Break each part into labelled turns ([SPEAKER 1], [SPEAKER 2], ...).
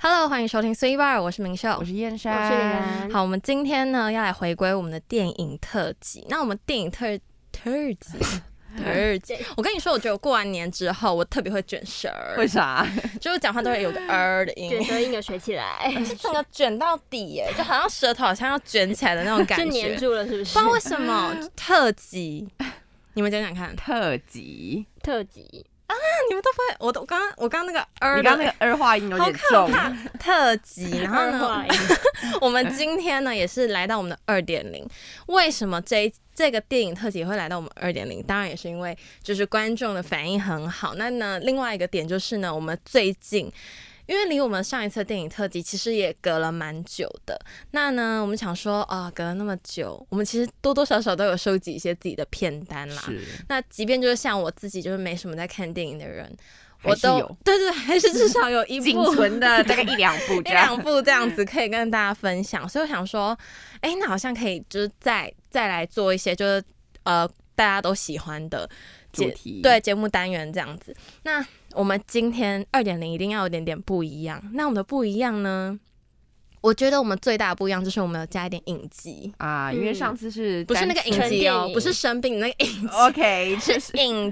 [SPEAKER 1] Hello，欢迎收听 C Bar，我是明秀，
[SPEAKER 2] 我是燕
[SPEAKER 3] 我
[SPEAKER 2] 山，
[SPEAKER 3] 是李然
[SPEAKER 1] 好，我们今天呢要来回归我们的电影特辑。那我们电影特特 辑特辑，我跟你说，我觉得我过完年之后，我特别会卷舌儿
[SPEAKER 2] 为，啥？
[SPEAKER 1] 就是讲话都会有个儿的音哎
[SPEAKER 3] 卷，舌音有学起来，
[SPEAKER 1] 是整个卷到底耶，就好像舌头好像要卷起来的那种感
[SPEAKER 3] 就
[SPEAKER 1] 觉，
[SPEAKER 3] 黏
[SPEAKER 1] 不知
[SPEAKER 3] 住了，是不是
[SPEAKER 1] 道？为什么特辑。你们讲讲 看，那
[SPEAKER 2] 特辑，
[SPEAKER 3] 特辑
[SPEAKER 1] 你们都不会，我都我刚刚我刚刚那个儿，
[SPEAKER 2] 你刚刚那个儿化音有
[SPEAKER 1] 好
[SPEAKER 2] 点
[SPEAKER 1] 可
[SPEAKER 2] 重，
[SPEAKER 1] 怕，特辑。然后
[SPEAKER 3] 二
[SPEAKER 1] 呢，
[SPEAKER 3] 话音，
[SPEAKER 1] 我
[SPEAKER 2] 嗯
[SPEAKER 1] 们今天呢也是来到我们的二点零。为什么这一这个电影特辑会来到我们二点零？当然也是因为就是观众的反应很好。那呢，另外一个点就是呢，我们最近。因为离我们上一次的电影特辑其实也隔了蛮久的，那呢，我们想说啊、隔了那么久，我们其实多多少少都有收集一些自己的片单啦。
[SPEAKER 2] 是
[SPEAKER 1] 那即便就是像我自己，就是没什么在看电影的人，我
[SPEAKER 2] 还是
[SPEAKER 1] 都
[SPEAKER 2] 有
[SPEAKER 1] 对对，还是至少有一部
[SPEAKER 2] 仅存的大概一两步
[SPEAKER 1] 一
[SPEAKER 2] 这
[SPEAKER 1] 两
[SPEAKER 2] 样。
[SPEAKER 1] 部这样嗯子可以跟大家分享，所以我想说，哎、那好像可以就是再再来做一些就是呃大家都喜欢的
[SPEAKER 2] 主
[SPEAKER 1] 节
[SPEAKER 2] 题
[SPEAKER 1] 对节目单元这样子。那我们今天二点零一定要有点点不一样，那我们的不一样呢？我觉得我们最大的不一样就是我们有加一点影集，
[SPEAKER 2] 啊，因为上次是
[SPEAKER 1] 不是那个影
[SPEAKER 3] 纯
[SPEAKER 1] 集
[SPEAKER 3] 电
[SPEAKER 1] 哦，
[SPEAKER 3] 影
[SPEAKER 1] 不是生病那个影，
[SPEAKER 2] ，OK，就是
[SPEAKER 1] 影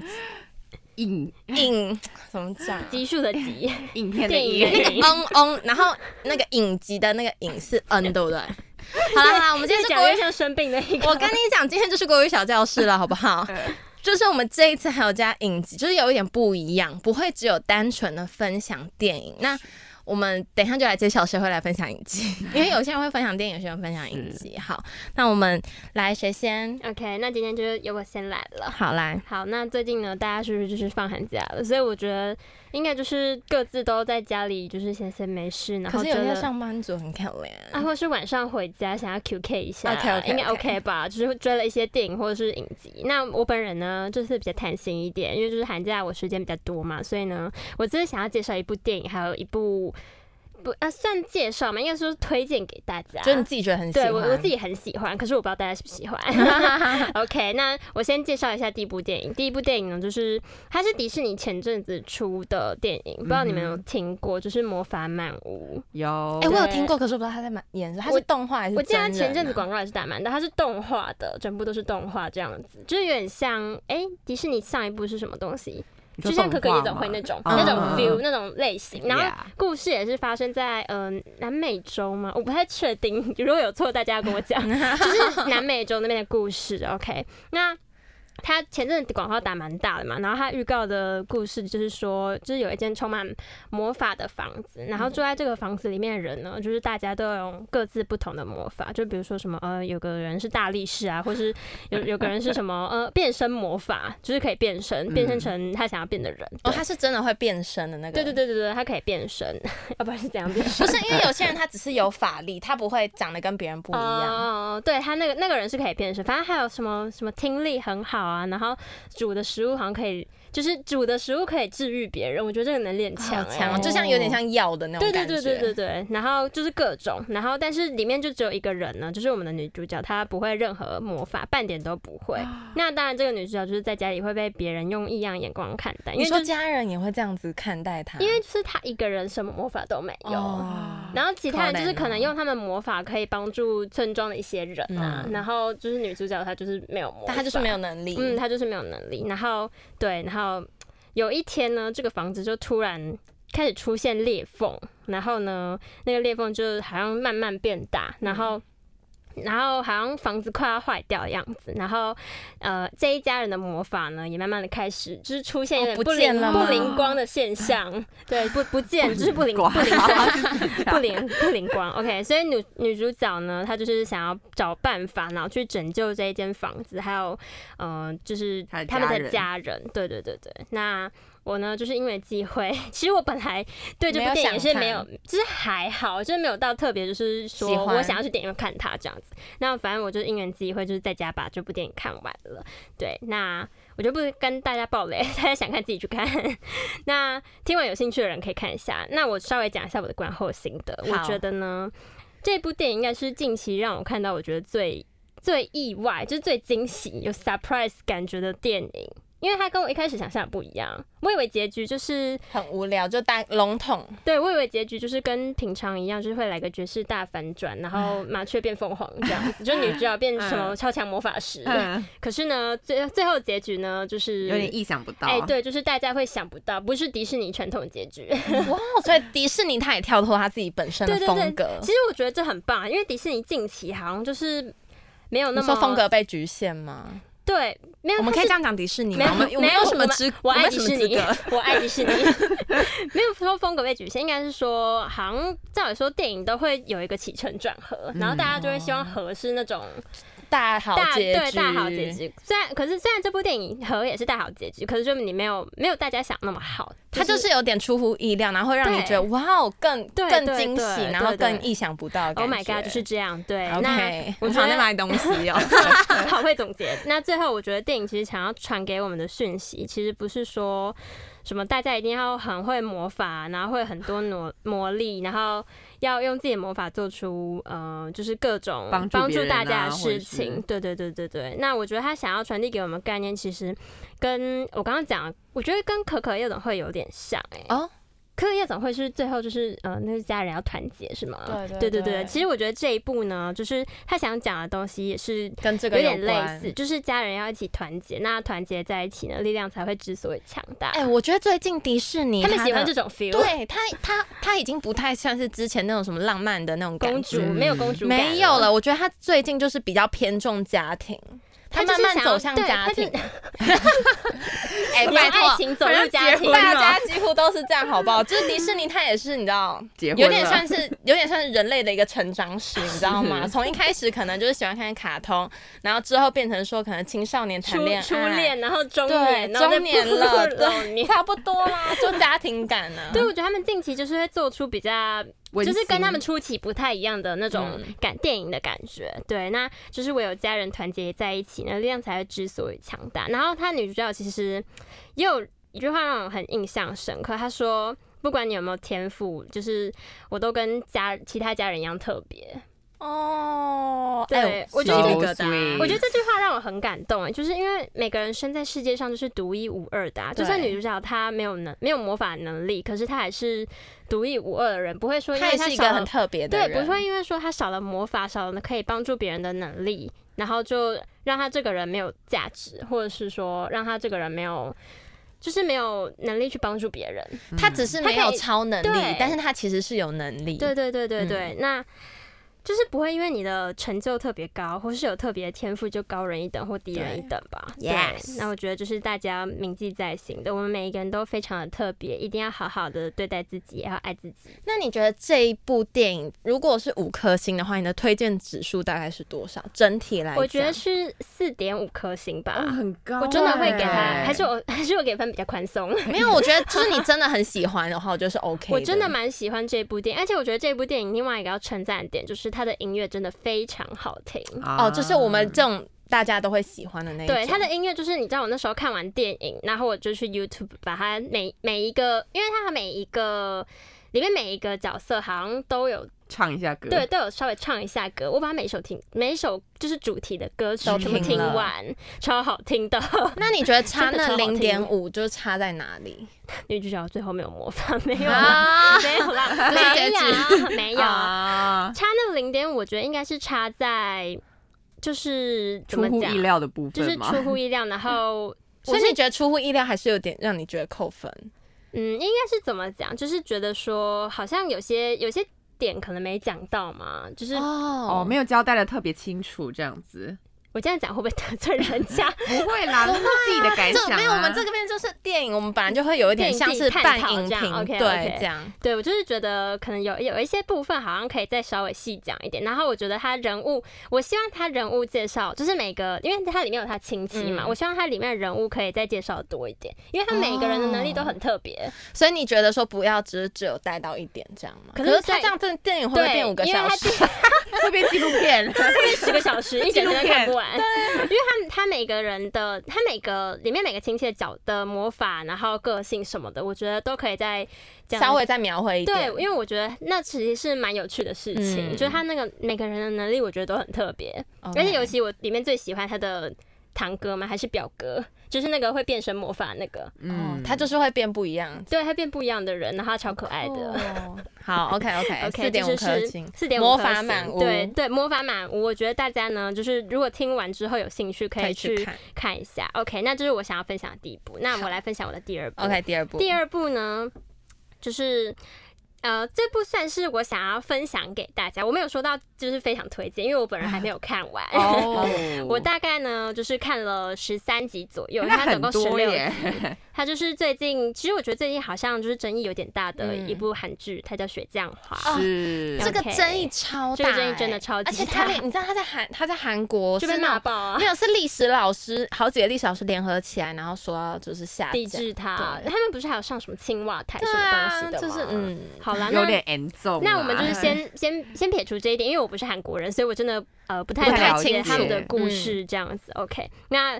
[SPEAKER 2] 影
[SPEAKER 1] 影怎么讲啊？
[SPEAKER 3] 集数的 集，
[SPEAKER 2] 影片的
[SPEAKER 3] 电影
[SPEAKER 2] 影
[SPEAKER 3] 的影，
[SPEAKER 1] 嗯嗯，然后那个影集的那个影是嗯，对不对？好啦好 啦，我们今天
[SPEAKER 3] 越
[SPEAKER 1] 是
[SPEAKER 3] 讲
[SPEAKER 1] 国语
[SPEAKER 3] 越像生病的一个。
[SPEAKER 1] 我跟你讲，今天就是国语小教室 了，好不好？就是我们这一次还有加影集，就是有一点不一样，不会只有单纯的分享电影。那我们等一下就来揭晓谁会来分享影集， 因为有些人会分享电影，有些人分享影集。好，那我们来谁先？
[SPEAKER 3] OK，那今天就是由我先来了。
[SPEAKER 1] 好来，
[SPEAKER 3] 好，那最近呢，大家是不是就是放寒假了？所以我觉得应该就是各自都在家里，就是闲闲没事，然
[SPEAKER 1] 可
[SPEAKER 3] 后
[SPEAKER 1] 是
[SPEAKER 3] 觉
[SPEAKER 1] 有些
[SPEAKER 3] 得
[SPEAKER 1] 上班族很可怜。
[SPEAKER 3] 啊，或是晚上回家想要 QK 一下
[SPEAKER 1] OK，OK，OK
[SPEAKER 3] 应该 OK 吧？就是追了一些电影或者是影集。那我本人呢，就是比较贪心一点，因为就是寒假我时间比较多嘛，所以呢，我只是想要介绍一部电影，还有一部不啊，算介绍嘛，应该说推荐给大家。
[SPEAKER 1] 就是你自己哎觉得很喜
[SPEAKER 3] 对
[SPEAKER 1] 欢，
[SPEAKER 3] 我我自 己很喜欢，可是我不知道大家喜不喜欢。OK，那我先介绍一下第一部电影。第一部电影呢，就是它是迪士尼前阵子出的电影，不知道你们有
[SPEAKER 1] 嗯
[SPEAKER 3] 听过，就是《魔法满屋》。
[SPEAKER 2] 有
[SPEAKER 1] 哎、我有听过，可是我不知道他在演什么，他是动画还是
[SPEAKER 3] 我记得它
[SPEAKER 1] 真
[SPEAKER 3] 前
[SPEAKER 1] 人
[SPEAKER 3] 阵子
[SPEAKER 1] 啊
[SPEAKER 3] 广告也是打蛮大，它是动画的，全部都是动画这样子，就是有点像哎、迪士尼上一部是什么东西？
[SPEAKER 2] 你
[SPEAKER 3] 就
[SPEAKER 2] 说
[SPEAKER 3] 像可可
[SPEAKER 2] 动
[SPEAKER 3] 夜
[SPEAKER 2] 画
[SPEAKER 3] 总
[SPEAKER 2] 吗
[SPEAKER 3] 会那种、
[SPEAKER 2] 嗯
[SPEAKER 3] 那种 feel
[SPEAKER 2] 嗯
[SPEAKER 3] 那种类型，然后
[SPEAKER 2] Yeah
[SPEAKER 1] 啊
[SPEAKER 3] 故事也是发生在嗯、呃南美洲吗？我不太确定， 如果有错大家跟我 讲，就是南美洲那边的故事。OK，那。它前阵子广告打蛮大的嘛，然后它预告的故事就是说，就是有一间充满魔法的房子，然后住在这个房子里面的人
[SPEAKER 1] 嗯
[SPEAKER 3] 呢，就是大家都有各自不同的魔法，就比如说什么呃，有个人是大力士啊，或是有有个人是什么呃变身魔法，就是可以变身，变身成他想要变的人。
[SPEAKER 1] 嗯哦，
[SPEAKER 3] 对
[SPEAKER 1] 他是真的会变身的那个，
[SPEAKER 3] 对对对对对，他可以变身，要不然是怎样变身？
[SPEAKER 1] 不是因为有些人他只是有法力，他不会长得跟别人不一样。
[SPEAKER 3] 哦，对他那个那个人是可以变身，反正还有什么什么听力很好啊，然后煮的食物好像可以，就是煮的食物可以治愈别人，我觉得这个能力很强、
[SPEAKER 1] 好
[SPEAKER 3] 欸，
[SPEAKER 1] 强哦，就像有点像药的那种
[SPEAKER 3] 对对
[SPEAKER 1] 感觉。
[SPEAKER 3] 对对对对，然后就是各种，然后但是里面就只有一个人呢，就是我们的女主角，她不会任何魔法，半点都不会。那当然，这个女主角就是在家里会被别人用异样眼光看待，因
[SPEAKER 1] 你
[SPEAKER 3] 为就
[SPEAKER 1] 说
[SPEAKER 3] 是
[SPEAKER 1] 家人也会这样子看待他，
[SPEAKER 3] 因为就是她一个人什么魔法都没有。
[SPEAKER 1] 哦，
[SPEAKER 3] 然后其他人就是
[SPEAKER 1] 可
[SPEAKER 3] 可
[SPEAKER 1] 怜
[SPEAKER 3] 能
[SPEAKER 1] 哦
[SPEAKER 3] 用他们魔法可以帮助村庄的一些人啊，
[SPEAKER 1] 嗯
[SPEAKER 3] 然后就是女主角她就是没有魔法，
[SPEAKER 1] 但他就是没有能力。
[SPEAKER 3] 嗯，他就是没有能力。然后对，然后有一天呢，这个房子就突然开始出现裂缝，然后呢，那个裂缝就好像慢慢变大，然后。然后好像房子快要坏掉的样子，然后，呃，这一家人的魔法呢，也慢慢的开始就是出现有
[SPEAKER 1] 哦
[SPEAKER 3] 点
[SPEAKER 1] 不
[SPEAKER 3] 灵、
[SPEAKER 1] 见了
[SPEAKER 3] 不
[SPEAKER 1] 吗
[SPEAKER 3] 灵光的现象，对，不不见，就是不灵
[SPEAKER 2] 光
[SPEAKER 3] 不灵光， 不灵不灵光。OK，所以女女主角呢，她就是想要找办法，然后去拯救这一间房子，还有呃，就是
[SPEAKER 2] 她的
[SPEAKER 3] 他们
[SPEAKER 2] 家
[SPEAKER 3] 的
[SPEAKER 2] 人
[SPEAKER 3] 家人。对对对对，那。我呢，就是因为忌讳， 其实我本来对这部电影是没有，就是还好，就是没有到特别，就是
[SPEAKER 1] 喜
[SPEAKER 3] 说
[SPEAKER 1] 欢
[SPEAKER 3] 我想要去电影院看它这样子。那反正我就是因缘际会，就是在家把这部电影看完了。对，那我就不跟大家爆雷， 大家想看自己去看。 那听完有兴趣的人可以看一下。那我稍微讲一下我的观后心得。我
[SPEAKER 1] 好
[SPEAKER 3] 觉得呢，这部电影应该是近期让我看到我觉得最最意外，就是最惊喜、有 surprise 感觉的电影。因为它跟我一开始想象的不一样，我以为结局就是
[SPEAKER 1] 很无聊，就大笼 统。
[SPEAKER 3] 对我以为结局就是跟平常一样，就是会来个绝世大反转，然
[SPEAKER 2] 嗯
[SPEAKER 3] 后麻雀变凤凰这样子，就女主角变什 么超强魔法师。
[SPEAKER 2] 嗯，
[SPEAKER 3] 可是呢，最最后结局呢，就是
[SPEAKER 2] 有点意想不到。
[SPEAKER 1] 啊
[SPEAKER 3] 哎、，对，就是大家会想不到，不是迪士尼传统结局。
[SPEAKER 1] 哇，
[SPEAKER 3] 哦
[SPEAKER 1] 所以迪士尼它也跳脱它自己本身的
[SPEAKER 3] 对对对
[SPEAKER 1] 风格。
[SPEAKER 3] 其实我觉得这很棒，啊因为迪士尼近期好像就是没有那
[SPEAKER 1] 你
[SPEAKER 3] 么
[SPEAKER 1] 说风格被局限吗？
[SPEAKER 3] 对，没有
[SPEAKER 1] 我们可以这样讲迪士尼吗？我们
[SPEAKER 3] 没有
[SPEAKER 1] 我们
[SPEAKER 3] 没有
[SPEAKER 1] 什么
[SPEAKER 3] 我们
[SPEAKER 1] 资，
[SPEAKER 3] 我
[SPEAKER 1] 们
[SPEAKER 3] 爱
[SPEAKER 1] 有
[SPEAKER 3] 迪
[SPEAKER 1] 什么
[SPEAKER 3] 士
[SPEAKER 1] 资
[SPEAKER 3] 尼
[SPEAKER 1] 格？，
[SPEAKER 3] 我爱迪士尼，没有说风格被局限，应该是说，好像照理说电影都会有一个起承转合，然后大家就会希望合是那种
[SPEAKER 1] 大嗯好
[SPEAKER 3] 大
[SPEAKER 1] 结
[SPEAKER 3] 对
[SPEAKER 1] 局，
[SPEAKER 3] 大好结。局。虽然可是虽然这部电影合也是大好结局，可是就你没有没有大家想那么好，
[SPEAKER 1] 它就是有点出乎意料，然后会让你
[SPEAKER 3] 对
[SPEAKER 1] 觉得哇哦，更
[SPEAKER 3] 对
[SPEAKER 1] 更
[SPEAKER 3] 对
[SPEAKER 1] 惊
[SPEAKER 3] 对
[SPEAKER 1] 喜，
[SPEAKER 3] 对
[SPEAKER 1] 然后
[SPEAKER 3] 对
[SPEAKER 1] 更意想不到的
[SPEAKER 3] Oh
[SPEAKER 1] 感觉。
[SPEAKER 3] my god，就是这样。对，那
[SPEAKER 1] OK。
[SPEAKER 3] 我
[SPEAKER 1] 我
[SPEAKER 3] 觉
[SPEAKER 1] 常在
[SPEAKER 3] 得
[SPEAKER 1] 买东西 哦。
[SPEAKER 3] 好会总结。那最后，我觉得电影其实想要传给我们的讯息，其实不是说什么大家一定要很会魔法，然后会很多魔魔力，然后要用自己的魔法做出呃，就是各种
[SPEAKER 2] 帮助
[SPEAKER 3] 帮
[SPEAKER 2] 别
[SPEAKER 3] 助
[SPEAKER 2] 人
[SPEAKER 3] 大家
[SPEAKER 2] 啊
[SPEAKER 3] 的
[SPEAKER 2] 或者
[SPEAKER 3] 事
[SPEAKER 2] 是
[SPEAKER 3] 情。对对对对对。那我觉得他想要传递给我们概念，其实跟我刚刚讲，我觉得跟可可夜总会有点像哎、
[SPEAKER 1] 哦
[SPEAKER 3] 可可夜总会是最后就是呃，那是家人要团结是吗？
[SPEAKER 1] 对对
[SPEAKER 3] 对
[SPEAKER 1] 对
[SPEAKER 3] 其实我觉得这一步呢，就是他想讲的东西也是
[SPEAKER 1] 跟这
[SPEAKER 3] 有
[SPEAKER 1] 个
[SPEAKER 3] 点类
[SPEAKER 1] 关。
[SPEAKER 3] 似，就是家人要一起团结，那团结在一起呢，力量才会之所以强大。
[SPEAKER 1] 哎、我觉得最近迪士尼
[SPEAKER 3] 他们喜
[SPEAKER 1] 的
[SPEAKER 3] 欢这种 feel，
[SPEAKER 1] 对他，他他已经不太像是之前那种什么浪漫的那种感
[SPEAKER 3] 公
[SPEAKER 1] 觉
[SPEAKER 3] 主没有公主
[SPEAKER 1] 嗯
[SPEAKER 3] 感
[SPEAKER 1] 没有，了。我觉得他最近就是比较偏重家庭，他
[SPEAKER 3] 就
[SPEAKER 1] 慢
[SPEAKER 3] 是
[SPEAKER 1] 慢
[SPEAKER 3] 想要
[SPEAKER 1] 走向
[SPEAKER 3] 对
[SPEAKER 1] 家
[SPEAKER 3] 他就
[SPEAKER 1] 庭。 哎、
[SPEAKER 3] 由
[SPEAKER 1] 拜托，
[SPEAKER 3] 爱情走入家庭
[SPEAKER 1] 大家几乎都是这样，好不好？就是迪士尼，它也是你知 道，
[SPEAKER 2] 结婚
[SPEAKER 1] 有点
[SPEAKER 2] 了
[SPEAKER 1] 算是有点算是人类的一个成长史，你知道吗？从一开始可能就是喜欢看卡通，然后之后变成说可能青少年谈恋爱，
[SPEAKER 3] 初初恋，然后中
[SPEAKER 1] 对
[SPEAKER 3] 年，，然后再
[SPEAKER 1] 中年了，
[SPEAKER 3] 步入老年
[SPEAKER 1] 对，。差不多啦，就家庭感 呢、
[SPEAKER 3] 对，我觉得他们近期就是会做出比较，就是跟他们初期不太一样的那种
[SPEAKER 1] 嗯
[SPEAKER 3] 感、电影的感觉。对，那就是唯有家人团结在一起，那力量才会之所以强大。然后她女主角其实也有一句话让我很印象深刻，她说。不管你有没有天赋，就是我都跟家其他家人一样特别。
[SPEAKER 1] 哦，
[SPEAKER 3] 对
[SPEAKER 1] 哎
[SPEAKER 3] 我
[SPEAKER 2] 觉得
[SPEAKER 1] 鸡皮
[SPEAKER 2] 这
[SPEAKER 1] 疙瘩
[SPEAKER 2] sweet
[SPEAKER 3] 我觉得这句话让我很感动，哎，就是因为每个人生在世界上就是独一无二的、啊，就算
[SPEAKER 1] 对
[SPEAKER 3] 女主角她没有能没有魔法能力，可是她还是独一无二的人，不会说因
[SPEAKER 1] 他
[SPEAKER 3] 为
[SPEAKER 1] 也
[SPEAKER 3] 她
[SPEAKER 1] 是一
[SPEAKER 3] 少
[SPEAKER 1] 个
[SPEAKER 3] 了
[SPEAKER 1] 很特别的
[SPEAKER 3] 对，
[SPEAKER 1] 人，
[SPEAKER 3] 不会因为说她少了魔法，少了可以帮助别人的能力，然后就让她这个人没有价值，或者是说让她这个人没有。就是没有能力去帮助别人，
[SPEAKER 1] 他只是
[SPEAKER 3] 他
[SPEAKER 1] 没
[SPEAKER 3] 可
[SPEAKER 1] 有
[SPEAKER 3] 以
[SPEAKER 1] 超能力
[SPEAKER 3] 嗯对，
[SPEAKER 1] 但是他其实是有能力，
[SPEAKER 3] 对对对对对，那就是不会因为你的成就特别高，或是有特别天赋就高人一等或低人一
[SPEAKER 1] 对
[SPEAKER 3] 等吧。
[SPEAKER 1] Yes
[SPEAKER 3] 对，那我觉得就是大家铭记在心的，我们每一个人都非常的特别，一定要好好的对待自己，也要爱自己。
[SPEAKER 1] 那你觉得这一部电影如果是五颗星的话，你的推荐指数大概是多少？整体来讲，
[SPEAKER 3] 我觉得是四点五颗星吧。
[SPEAKER 2] 哦很高哎，
[SPEAKER 3] 我真的会给他，
[SPEAKER 1] 哦对
[SPEAKER 3] 还是我 还是我给分比较宽松。
[SPEAKER 1] 没有。我觉得就是你真的很喜欢的话，我觉得是 OK 的。
[SPEAKER 3] 我真的蛮喜欢这部电影，而且我觉得这部电影另外一个要称赞的点就是它的音乐真的非常好听。
[SPEAKER 2] 啊
[SPEAKER 1] 哦，就是我们这种大家都会喜欢的那一种。
[SPEAKER 3] 对，它的音乐就是你知道，我那时候看完电影，然后我就去 YouTube 把它每每一个，因为它每一个里面每一个角色好像都有
[SPEAKER 1] 嗯
[SPEAKER 2] 唱一下歌，
[SPEAKER 3] 对，都有稍微唱一下歌，我把每首听每首就是主题的歌曲
[SPEAKER 1] 都
[SPEAKER 3] 全部
[SPEAKER 1] 听
[SPEAKER 3] 听
[SPEAKER 1] 了
[SPEAKER 3] 完，超好听的。
[SPEAKER 1] 那你觉得差
[SPEAKER 3] 真的
[SPEAKER 1] 那
[SPEAKER 3] 超好
[SPEAKER 1] 零
[SPEAKER 3] 听
[SPEAKER 1] 点五就是差在哪里？
[SPEAKER 3] 女主角最后没有模仿，没 有啦，
[SPEAKER 1] 啊，
[SPEAKER 3] 没有 啦，
[SPEAKER 1] 不是
[SPEAKER 3] 没
[SPEAKER 1] 结
[SPEAKER 3] 有，没有。
[SPEAKER 2] 啊，
[SPEAKER 3] 差那零点，我觉得应该是差在就是怎
[SPEAKER 2] 出
[SPEAKER 3] 么
[SPEAKER 2] 乎
[SPEAKER 3] 讲
[SPEAKER 2] 意，料的部
[SPEAKER 3] 就是
[SPEAKER 2] 分嘛，
[SPEAKER 3] 出乎意料，然后。
[SPEAKER 1] 所以你觉得出乎意料还是有点让你觉得扣分？
[SPEAKER 3] 嗯，应该是怎么讲？就是觉得说，好像有些有些点可能没讲到嘛。就是
[SPEAKER 1] 哦
[SPEAKER 2] 哦，没有交代的特别清楚，这样子
[SPEAKER 3] 我这样讲会不会得罪人家？
[SPEAKER 2] 不会啦，这是自己的感想
[SPEAKER 1] 这
[SPEAKER 2] 啊，
[SPEAKER 1] 没有，我们这个边就是电影，我们本来就会有一点
[SPEAKER 3] 电影
[SPEAKER 1] 像
[SPEAKER 3] 自己
[SPEAKER 1] 是
[SPEAKER 3] 探
[SPEAKER 1] 半
[SPEAKER 3] 讨
[SPEAKER 1] 影
[SPEAKER 3] 这样
[SPEAKER 1] 评，
[SPEAKER 3] ，OK，OK
[SPEAKER 1] 对，这样。
[SPEAKER 3] 对我就是觉得可能有有一些部分好像可以再稍微细讲一点。然后我觉得他人物，我希望他人物介绍，就是每个，因为它里面有他亲戚嘛，
[SPEAKER 1] 嗯
[SPEAKER 3] 我希望它里面的人物可以再介绍多一点，因为他每个人的能力都很特别。
[SPEAKER 1] 所以你觉得说不要只是只有带到一点这样吗？
[SPEAKER 3] 可
[SPEAKER 1] 是
[SPEAKER 3] 是
[SPEAKER 1] 他
[SPEAKER 3] 在
[SPEAKER 1] 这样电电影会不会
[SPEAKER 3] 对
[SPEAKER 1] 变五个
[SPEAKER 3] 因为
[SPEAKER 1] 小
[SPEAKER 3] 他
[SPEAKER 1] 时？
[SPEAKER 2] 会变纪录片，
[SPEAKER 3] 十个 小时，一整天都看不完。
[SPEAKER 1] 啊
[SPEAKER 3] 因为他们他每个人的他每个里面每个亲戚的角的魔法，然后个性什么的，我觉得都可以在讲
[SPEAKER 1] 稍微再描绘一
[SPEAKER 3] 对，
[SPEAKER 1] 点。
[SPEAKER 3] 因为我觉得那其实是蛮有趣的事情，
[SPEAKER 1] 嗯哦
[SPEAKER 3] 就是他那个每个人的能力，我觉得都很特别。
[SPEAKER 1] OK，
[SPEAKER 3] 而且尤其我里面最喜欢他的堂哥嘛，还是表哥，就是那个会变身魔法那个，
[SPEAKER 2] 嗯
[SPEAKER 1] 哦，他就是会变不一样。
[SPEAKER 3] 对，他变不一样的人，然后他超可爱
[SPEAKER 1] 哦
[SPEAKER 3] 的。
[SPEAKER 1] 好，OK OK，
[SPEAKER 3] OK，
[SPEAKER 1] 四
[SPEAKER 3] 这
[SPEAKER 1] 点五
[SPEAKER 3] 就
[SPEAKER 1] 颗
[SPEAKER 3] 是
[SPEAKER 1] 星，
[SPEAKER 3] 四点五
[SPEAKER 1] 魔
[SPEAKER 3] 颗
[SPEAKER 1] 法
[SPEAKER 3] 星
[SPEAKER 1] 满屋，
[SPEAKER 3] 对对，魔法满屋。我觉得大家呢，就是如果听完之后有兴趣，可
[SPEAKER 1] 可
[SPEAKER 3] 以
[SPEAKER 1] 以去
[SPEAKER 3] 去
[SPEAKER 1] 看。
[SPEAKER 3] 看一下。OK，那这是我想要分享的第一部。那
[SPEAKER 1] 好
[SPEAKER 3] 我来分享我的第二部。
[SPEAKER 1] OK，第二部，
[SPEAKER 3] 第二部呢，就是呃，这部算是我想要分享给大家。我没有说到就是非常推荐，因为我本人 还没有看完。，
[SPEAKER 2] 哦
[SPEAKER 3] 我大概呢就是看了十三集左右，
[SPEAKER 2] 那
[SPEAKER 3] 它
[SPEAKER 2] 很
[SPEAKER 3] 总共十
[SPEAKER 2] 多
[SPEAKER 3] 六集。
[SPEAKER 2] 耶，
[SPEAKER 3] 它就是最近，其实我觉得最近好像就是争议有点大的
[SPEAKER 1] 嗯哦
[SPEAKER 3] 一部韩剧，它叫《雪降华》。
[SPEAKER 2] 是
[SPEAKER 1] 这个
[SPEAKER 3] OK
[SPEAKER 1] 争议超
[SPEAKER 3] 这
[SPEAKER 1] 大欸，
[SPEAKER 3] 个争议真的超
[SPEAKER 1] 而
[SPEAKER 3] 级
[SPEAKER 1] 且他
[SPEAKER 3] 大
[SPEAKER 1] 连你知道他在韩他在韩国
[SPEAKER 3] 就是被
[SPEAKER 1] 那
[SPEAKER 3] 骂
[SPEAKER 1] 种
[SPEAKER 3] 爆啊
[SPEAKER 1] 没，有是历史老师，好几个历史老师联合起来，然后说要就是下
[SPEAKER 3] 抵
[SPEAKER 1] 架，
[SPEAKER 3] 制他。
[SPEAKER 1] 对
[SPEAKER 3] 他们不是还有上什么青瓦台什
[SPEAKER 1] 对
[SPEAKER 3] 么
[SPEAKER 1] 啊
[SPEAKER 3] 东西，的
[SPEAKER 1] 就
[SPEAKER 3] 吗？
[SPEAKER 1] 是嗯，
[SPEAKER 3] 好啦，
[SPEAKER 2] 有
[SPEAKER 3] 那
[SPEAKER 2] 点严重。
[SPEAKER 3] 那我们 就是
[SPEAKER 1] 对
[SPEAKER 3] 先先先撇除这一点，因为我不是韩国人，所以我真的呃不太
[SPEAKER 2] 不太
[SPEAKER 3] 了
[SPEAKER 2] 了
[SPEAKER 3] 解
[SPEAKER 2] 解
[SPEAKER 3] 他们的
[SPEAKER 1] 嗯
[SPEAKER 3] 故事这样子。OK，那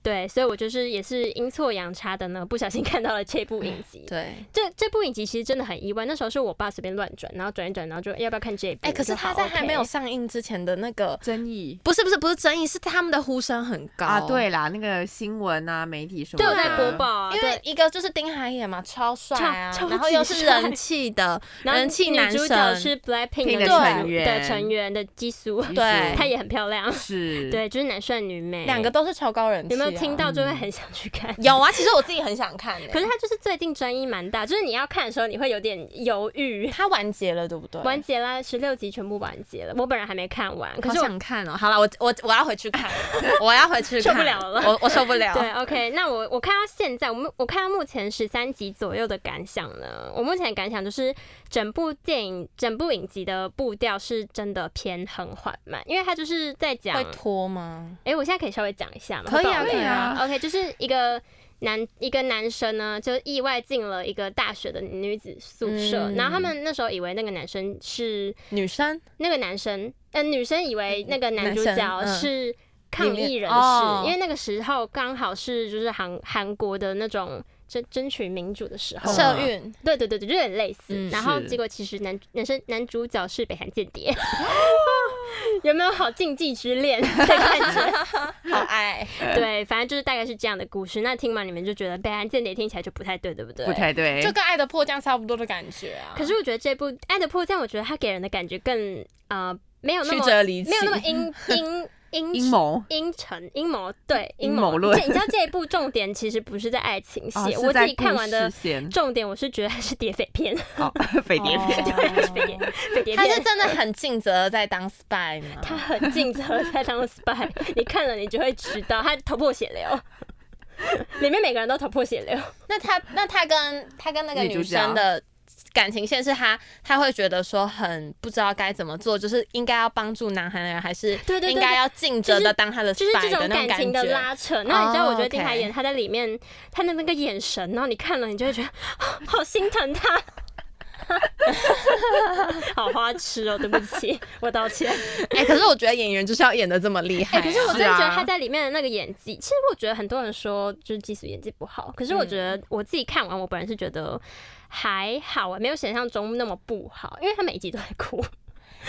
[SPEAKER 3] 对，所以我就是也是阴错阳差的呢，不小心看到了这部影集。
[SPEAKER 1] 嗯对。
[SPEAKER 3] 这这部影集其实真的很意外，那时候是我爸随便乱转，然后转一转，然后就要不要看这一部？
[SPEAKER 1] 哎，可是
[SPEAKER 3] 我就好
[SPEAKER 1] 他在还没有
[SPEAKER 3] OK
[SPEAKER 1] 上映之前的那个，
[SPEAKER 2] 争议
[SPEAKER 1] 不是不是不是争议，是他们的呼声很高
[SPEAKER 2] 啊，，对啦，那个新闻啊，媒体什么
[SPEAKER 3] 哦对
[SPEAKER 2] 的，
[SPEAKER 3] 我在播报啊，
[SPEAKER 1] 因为一个就是丁海野嘛，超帅啊
[SPEAKER 3] 超超，
[SPEAKER 1] 然后
[SPEAKER 3] 级
[SPEAKER 1] 又是
[SPEAKER 3] 帅
[SPEAKER 1] 人气的，
[SPEAKER 3] 然后
[SPEAKER 1] 人气
[SPEAKER 3] 女
[SPEAKER 1] 男
[SPEAKER 3] 主角
[SPEAKER 1] 神
[SPEAKER 3] 是 BLACKPINK
[SPEAKER 2] 的
[SPEAKER 1] 成
[SPEAKER 3] 女
[SPEAKER 2] 员
[SPEAKER 3] 的成员的基苏，
[SPEAKER 2] 其实
[SPEAKER 1] 对
[SPEAKER 3] 她也很漂亮，
[SPEAKER 2] 是，
[SPEAKER 3] 对，就是男帅女美，
[SPEAKER 1] 两个都是超高人气
[SPEAKER 3] 有
[SPEAKER 1] 啊。
[SPEAKER 3] 没有听到就会很想去看？
[SPEAKER 1] 有啊，其实我自己很想看欸，
[SPEAKER 3] 可是它就是最近争议蛮大，就是你要看的时候你会有点犹豫。
[SPEAKER 1] 它完结了，对不对？
[SPEAKER 3] 完结啦，十六集全部完结了，我本人还没看完，可
[SPEAKER 1] 好
[SPEAKER 3] 是我
[SPEAKER 1] 想看哦！好了，我我我要回去 看，我要回去看，
[SPEAKER 3] 受不了了
[SPEAKER 1] 我我受不了。
[SPEAKER 3] 对，OK，那我我看到现在，我们我看到目前十三集左右的感想呢，我目前的感想就是整部电影、整部影集的步调是真的偏很缓慢，因为它就是在讲，
[SPEAKER 1] 会
[SPEAKER 3] 哎、
[SPEAKER 1] 拖吗？
[SPEAKER 3] 我现在可以稍微讲一下吗？
[SPEAKER 1] 可以啊
[SPEAKER 3] 会爆雷
[SPEAKER 2] 可以啊
[SPEAKER 3] 吗 OK，就是一个。男一个男生呢，就意外进了一个大学的女子宿舍，
[SPEAKER 1] 嗯
[SPEAKER 3] 然后他们那时候以为那个男生是
[SPEAKER 1] 女生
[SPEAKER 3] 那个男生，呃，女生以为那个男主
[SPEAKER 1] 嗯男
[SPEAKER 3] 角
[SPEAKER 1] 生嗯
[SPEAKER 3] 是抗议人士，
[SPEAKER 1] 哦
[SPEAKER 3] 因为那个时候刚好是就是韩韩国的那种争争取民主的时候
[SPEAKER 2] 嗯
[SPEAKER 3] 嘛，
[SPEAKER 1] 社运，
[SPEAKER 3] 对对对对，就有点类似。
[SPEAKER 1] 嗯
[SPEAKER 3] 然后
[SPEAKER 2] 是
[SPEAKER 3] 结果其实男男生男主角是北韩间谍， 有没有好禁忌之恋的感觉？
[SPEAKER 1] 好爱，
[SPEAKER 3] 对，反正就是大概是这样的故事。那听完你们就觉得北韩间谍听起来就不太对，对不对？
[SPEAKER 2] 不太
[SPEAKER 3] 哎
[SPEAKER 2] 对，
[SPEAKER 1] 就跟《爱的迫降》差不多的感觉啊。
[SPEAKER 3] 可是我觉得这部《爱的迫降》，我觉得它给人的感觉更呃没有那
[SPEAKER 1] 曲
[SPEAKER 3] 么
[SPEAKER 1] 折离奇
[SPEAKER 3] 没有那么阴 阴阴
[SPEAKER 2] 阴谋
[SPEAKER 3] 阴沉阴谋，对
[SPEAKER 2] 阴谋论
[SPEAKER 3] 这你知道这一部重点其实不是在爱情
[SPEAKER 2] 哦
[SPEAKER 3] 戏，
[SPEAKER 2] 是
[SPEAKER 3] 我自
[SPEAKER 2] 在
[SPEAKER 3] 己看
[SPEAKER 2] 故
[SPEAKER 3] 完的
[SPEAKER 2] 事线
[SPEAKER 3] 重点，我是觉得它是谍匪片，
[SPEAKER 2] 哦， 匪谍片，
[SPEAKER 1] 片，
[SPEAKER 3] 匪谍
[SPEAKER 1] 他是
[SPEAKER 3] 片。
[SPEAKER 1] 真的很尽责在当 spy 吗？
[SPEAKER 3] 他很尽责地在当 spy，你看了你就会知道，他头破血流， 里面每个人都头破血流。
[SPEAKER 1] 那他那他跟他跟那个
[SPEAKER 2] 女主
[SPEAKER 1] 女生
[SPEAKER 2] 角
[SPEAKER 1] 的感情线是他他会觉得说很不知道该怎么做，就是应该要帮助南韩人，还是
[SPEAKER 3] 对对对
[SPEAKER 1] 应该要尽责
[SPEAKER 3] 就是
[SPEAKER 1] 的当他的
[SPEAKER 3] 就是这
[SPEAKER 1] spy
[SPEAKER 3] 种
[SPEAKER 1] 的那
[SPEAKER 3] 感
[SPEAKER 1] 种
[SPEAKER 3] 情的
[SPEAKER 1] 觉。
[SPEAKER 3] 拉扯。那你知道，我觉得
[SPEAKER 1] 哦
[SPEAKER 3] 丁海演他在里面，他的那个眼神，然后你看了，你就会觉得好心疼他。好花痴哦，对不起，我道歉。
[SPEAKER 1] 哎，可是我觉得演员就是要演的这么厉害
[SPEAKER 3] 哎、
[SPEAKER 1] 啊。
[SPEAKER 3] 可是我真
[SPEAKER 2] 是
[SPEAKER 3] 的觉得
[SPEAKER 2] 啊
[SPEAKER 3] 他在里面的那个演技，其实我觉得很多人说就是技术演技不好，可是我觉
[SPEAKER 1] 嗯
[SPEAKER 3] 得我自己看完，我本人是觉得还好啊，没有想象中那么不好，因为他每一集都在哭。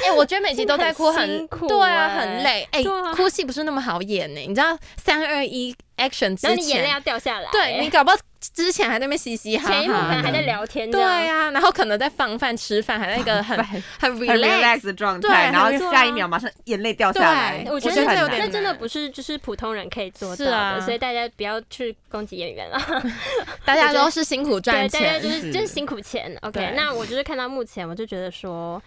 [SPEAKER 1] 哎、我觉得每集都在哭
[SPEAKER 3] 真的
[SPEAKER 1] 很，
[SPEAKER 3] 很辛苦
[SPEAKER 1] 对啊，
[SPEAKER 3] 欸
[SPEAKER 1] 很累。哎、
[SPEAKER 3] 对啊
[SPEAKER 1] 哭戏不是那么好演呢、你知道三二一 action 之
[SPEAKER 3] 然后
[SPEAKER 1] 前，
[SPEAKER 3] 你眼泪要掉下来。欸
[SPEAKER 1] 对你搞不好之前还在那边嘻嘻哈哈，
[SPEAKER 3] 前一幕可能 还在聊天，
[SPEAKER 1] 对，啊，然后可能在放饭吃饭，还在一个很
[SPEAKER 2] 饭
[SPEAKER 1] 很
[SPEAKER 2] 很
[SPEAKER 1] relax，
[SPEAKER 2] relax 的状
[SPEAKER 1] 对
[SPEAKER 2] 态，然后
[SPEAKER 1] 很
[SPEAKER 2] 下一秒马上眼泪掉下来，
[SPEAKER 1] 对
[SPEAKER 3] 我觉
[SPEAKER 1] 我觉
[SPEAKER 3] 得
[SPEAKER 1] 得
[SPEAKER 2] 很
[SPEAKER 1] 这有
[SPEAKER 2] 难
[SPEAKER 1] 点
[SPEAKER 3] 那
[SPEAKER 1] 难
[SPEAKER 3] 真的不是就是普通人可以做到
[SPEAKER 1] 是
[SPEAKER 3] 的，
[SPEAKER 1] 啊
[SPEAKER 3] 所以大家不要去攻击演员了，
[SPEAKER 1] 大家都是辛苦
[SPEAKER 3] 对，
[SPEAKER 1] 赚
[SPEAKER 3] 大家就
[SPEAKER 1] 钱。
[SPEAKER 3] 是
[SPEAKER 2] 是
[SPEAKER 3] 就是辛苦钱。OK，
[SPEAKER 1] 对
[SPEAKER 3] 那我就是看到目前，我就觉得说。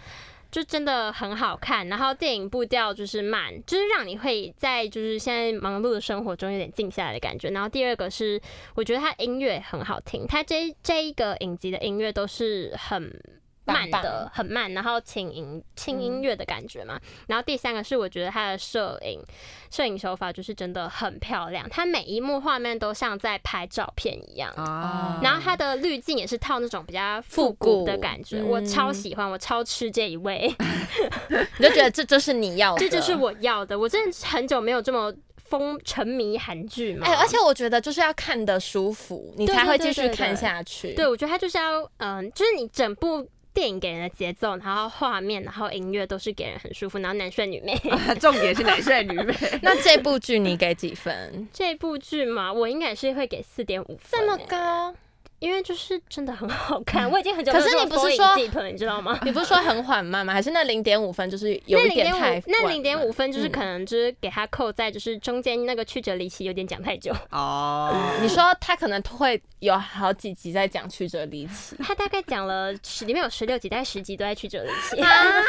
[SPEAKER 3] 就真的很好看，然后电影步调就是慢，就是让你会在就是现在忙碌的生活中有点静下来的感觉。然后第二个是，我觉得它音乐很好听，它这一这一个影集的音乐都是很慢
[SPEAKER 1] 棒
[SPEAKER 3] 的
[SPEAKER 1] 棒
[SPEAKER 3] 很慢，然后轻音轻音乐的感觉嘛。
[SPEAKER 1] 嗯
[SPEAKER 3] 然后第三个是，我觉得它的摄影摄影手法就是真的很漂亮，它每一幕画面都像在拍照片一样。
[SPEAKER 1] 嗯
[SPEAKER 2] 啊
[SPEAKER 3] 然后它的滤镜也是套那种比较复
[SPEAKER 1] 复
[SPEAKER 3] 古
[SPEAKER 1] 古
[SPEAKER 3] 的感觉，
[SPEAKER 1] 嗯
[SPEAKER 3] 我超喜欢，我超吃这一 味，
[SPEAKER 1] 你就觉得这哦就是啊你要的，
[SPEAKER 3] 这就是。我要的。我真的很久没有这么疯沉迷韩剧嘛，
[SPEAKER 1] 哎、而且我觉得就是要看得舒服，你
[SPEAKER 3] 对
[SPEAKER 1] 才
[SPEAKER 3] 对
[SPEAKER 1] 会
[SPEAKER 3] 对
[SPEAKER 1] 继
[SPEAKER 3] 对
[SPEAKER 1] 续
[SPEAKER 3] 对
[SPEAKER 1] 看下去。
[SPEAKER 3] 对我觉得它就是要，嗯、就是你整部电影给人的节奏，然后画面，然后音乐都是给人很舒服，然后男帅女美。
[SPEAKER 2] 重点是男帅女美，
[SPEAKER 1] 那这部剧你给几 分？
[SPEAKER 3] 这部剧嘛，我应该也是会给四点五分，
[SPEAKER 1] 这
[SPEAKER 3] 欸
[SPEAKER 1] 么，高？
[SPEAKER 3] 因为就是真的很好看。我已经很久
[SPEAKER 1] 可
[SPEAKER 3] 没
[SPEAKER 1] 是
[SPEAKER 3] 有这
[SPEAKER 1] 你
[SPEAKER 3] 么
[SPEAKER 1] 不是
[SPEAKER 3] 风影
[SPEAKER 1] 说
[SPEAKER 3] 记朋友，你知道吗？
[SPEAKER 1] 你不是说很缓慢吗？还是那零点五分就是有
[SPEAKER 3] 那
[SPEAKER 1] 一
[SPEAKER 3] 零
[SPEAKER 1] 点
[SPEAKER 3] 点
[SPEAKER 1] 太
[SPEAKER 3] 五，那
[SPEAKER 1] 缓
[SPEAKER 3] 零点
[SPEAKER 1] 慢
[SPEAKER 3] 五分就是
[SPEAKER 1] 嗯
[SPEAKER 3] 可能就是给他扣在就是中间那个曲折离奇，有点讲太 久。
[SPEAKER 2] 哦，
[SPEAKER 1] 你说他可能会有好几集在讲曲折离 奇，
[SPEAKER 3] 他大概讲了十，里面有十六集，大概十集都在曲折离奇。
[SPEAKER 1] 那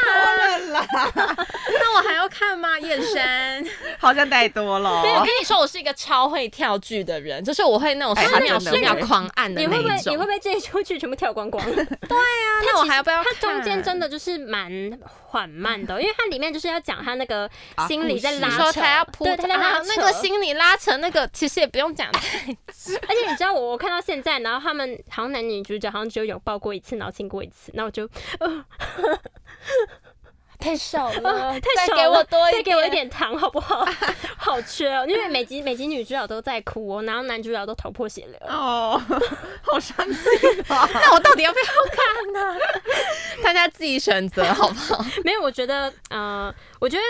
[SPEAKER 1] 我还要看吗？燕山，
[SPEAKER 2] 好像太多了。
[SPEAKER 3] 啊
[SPEAKER 1] 我跟你说，我是一个超会跳剧的人，就是我会那种
[SPEAKER 2] 哎
[SPEAKER 1] 十秒
[SPEAKER 2] 他真
[SPEAKER 1] 十
[SPEAKER 2] 的
[SPEAKER 1] 秒
[SPEAKER 2] 会
[SPEAKER 1] 狂按的
[SPEAKER 3] 你
[SPEAKER 1] 那
[SPEAKER 3] 会不
[SPEAKER 1] 一
[SPEAKER 3] 会你
[SPEAKER 1] 种
[SPEAKER 3] 会不。会这一出剧全部跳光光？
[SPEAKER 1] 那我还要不要
[SPEAKER 3] 它
[SPEAKER 1] 看？
[SPEAKER 3] 中间真的就是蛮缓慢的，因为它里面就是要讲他那个
[SPEAKER 2] 啊
[SPEAKER 3] 心理在
[SPEAKER 2] 故事
[SPEAKER 3] 拉
[SPEAKER 1] 你
[SPEAKER 3] 扯，
[SPEAKER 1] 说他要铺
[SPEAKER 3] 对，他在拉
[SPEAKER 1] 啊
[SPEAKER 3] 扯、
[SPEAKER 1] 那个心理拉扯，那个其实也不用 讲，
[SPEAKER 3] 而且你知道我，我看到现在，然后他们好像男女主角好像只有拥抱过一次，然后亲过一次，那我就
[SPEAKER 1] 太少 哦了，
[SPEAKER 3] 啊太
[SPEAKER 1] 嗯再
[SPEAKER 3] 少
[SPEAKER 1] 给我
[SPEAKER 3] 了
[SPEAKER 1] 多
[SPEAKER 3] 再
[SPEAKER 1] 一
[SPEAKER 3] 给我一点糖好 不好？ 好缺哦，因为每集每集女主角都在哭哦，然后男主角都头破血
[SPEAKER 1] 嗯
[SPEAKER 3] 流。
[SPEAKER 2] 哦，好伤心啊！
[SPEAKER 1] 那我到底要不要看呢？ 大家自己选择好 不好？
[SPEAKER 3] 没有，我觉得，呃，我觉得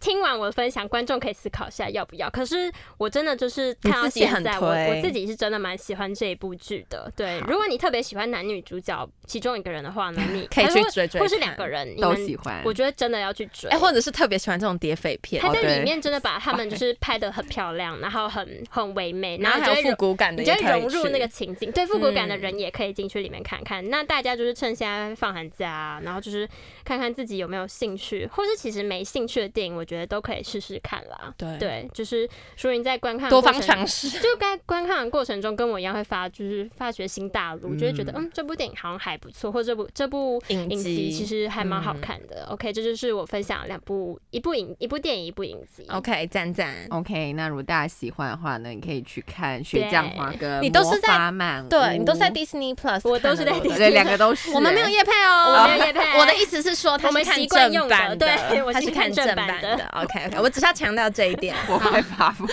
[SPEAKER 3] 听完我的分享，观众可以思考一下要不要。可是我真的就是看到
[SPEAKER 1] 你自己
[SPEAKER 3] 现
[SPEAKER 1] 很
[SPEAKER 3] 在，我
[SPEAKER 1] 推
[SPEAKER 3] 我自己是真的蛮喜欢这一部剧的。对，如果你特别喜欢男女主角其中一个人的话呢，你
[SPEAKER 1] 可以
[SPEAKER 3] 还是
[SPEAKER 1] 去
[SPEAKER 3] 会
[SPEAKER 1] 追追
[SPEAKER 3] 或是
[SPEAKER 1] 看
[SPEAKER 3] 两个人，你
[SPEAKER 2] 都
[SPEAKER 3] 们
[SPEAKER 2] 喜欢
[SPEAKER 3] 我觉得真的要去追。
[SPEAKER 1] 哎，或者是特别喜欢这种谍匪片，
[SPEAKER 3] 他在
[SPEAKER 2] 哦对
[SPEAKER 3] 里面真的把他们就是拍的很漂亮，然后很很唯美，
[SPEAKER 1] 然后
[SPEAKER 3] 你就
[SPEAKER 1] 还
[SPEAKER 3] 会
[SPEAKER 1] 有复
[SPEAKER 3] 融
[SPEAKER 1] 古感的，
[SPEAKER 3] 你就会融入那个。情景，对复古
[SPEAKER 1] 嗯
[SPEAKER 3] 感的人也可以进去里面看看。那大家就是趁现在放寒假，啊然后就是看看自己有没有兴趣，或是其实没兴趣的电影，我觉得都可以试试看啦。
[SPEAKER 1] 对
[SPEAKER 3] 对，就是说你在观看
[SPEAKER 1] 多
[SPEAKER 3] 过
[SPEAKER 1] 方
[SPEAKER 3] 程
[SPEAKER 1] 尝试，
[SPEAKER 3] 就该观看的过程中，跟我一样会发，就是发掘新大陆，就会觉得嗯，这部电影好像还不错，或者这部这部
[SPEAKER 1] 影
[SPEAKER 3] 影集
[SPEAKER 1] 集嗯
[SPEAKER 3] 其实还蛮好看的。OK，这就是我分享两部，一部影一部电影，一部影集。
[SPEAKER 1] OK，赞赞。
[SPEAKER 3] 哦
[SPEAKER 2] OK，那如果大家喜欢的话呢，你可以去看《血浆花》跟《
[SPEAKER 1] 你都是在
[SPEAKER 2] 魔法满屋
[SPEAKER 1] 对你都是在 Disney Plus，
[SPEAKER 3] 我都是在
[SPEAKER 1] 看的对不对
[SPEAKER 3] Disney
[SPEAKER 2] 对，两个都是。
[SPEAKER 1] 我们没 有
[SPEAKER 2] 欸
[SPEAKER 1] 夜配
[SPEAKER 3] 我
[SPEAKER 1] 哦，
[SPEAKER 3] 没有业配
[SPEAKER 1] 我的意思是说，他
[SPEAKER 3] 我们
[SPEAKER 1] 是看
[SPEAKER 3] 习惯
[SPEAKER 1] 正
[SPEAKER 3] 用
[SPEAKER 1] 版
[SPEAKER 3] 的对我
[SPEAKER 1] 他
[SPEAKER 3] 是
[SPEAKER 1] 是看
[SPEAKER 3] 看正
[SPEAKER 1] 正
[SPEAKER 3] 版
[SPEAKER 1] 版
[SPEAKER 3] 的
[SPEAKER 1] 的。OK OK，我只是要强调这一点。
[SPEAKER 2] 我会发疯。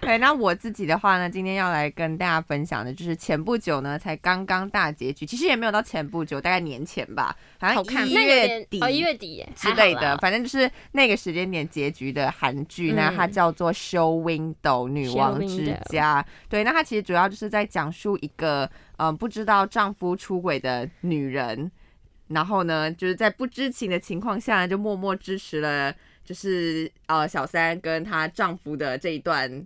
[SPEAKER 2] 对，那我自己的话呢，今天要来跟大家分享的就是前不久呢，才刚刚大结局，其实也没有到前不久，大概年前吧，反
[SPEAKER 1] 好
[SPEAKER 2] 正
[SPEAKER 1] 看
[SPEAKER 2] 一
[SPEAKER 1] 吗
[SPEAKER 3] 那有
[SPEAKER 2] 月
[SPEAKER 3] 点
[SPEAKER 2] 底
[SPEAKER 3] 哦，一月底耶
[SPEAKER 2] 之类。
[SPEAKER 3] 还好
[SPEAKER 2] 的，
[SPEAKER 3] 啦
[SPEAKER 2] 反正就是那个时间点结局的韩剧，那
[SPEAKER 1] 嗯
[SPEAKER 2] 它叫做《Show Window 女王
[SPEAKER 3] Show
[SPEAKER 2] 之
[SPEAKER 3] Window
[SPEAKER 2] 家》。对，那它其实主要就是在讲述一个嗯、呃不知道丈夫出轨的女人，然后呢，就是在不知情的情况下呢就默默支持了，就是呃小三跟她丈夫的这一段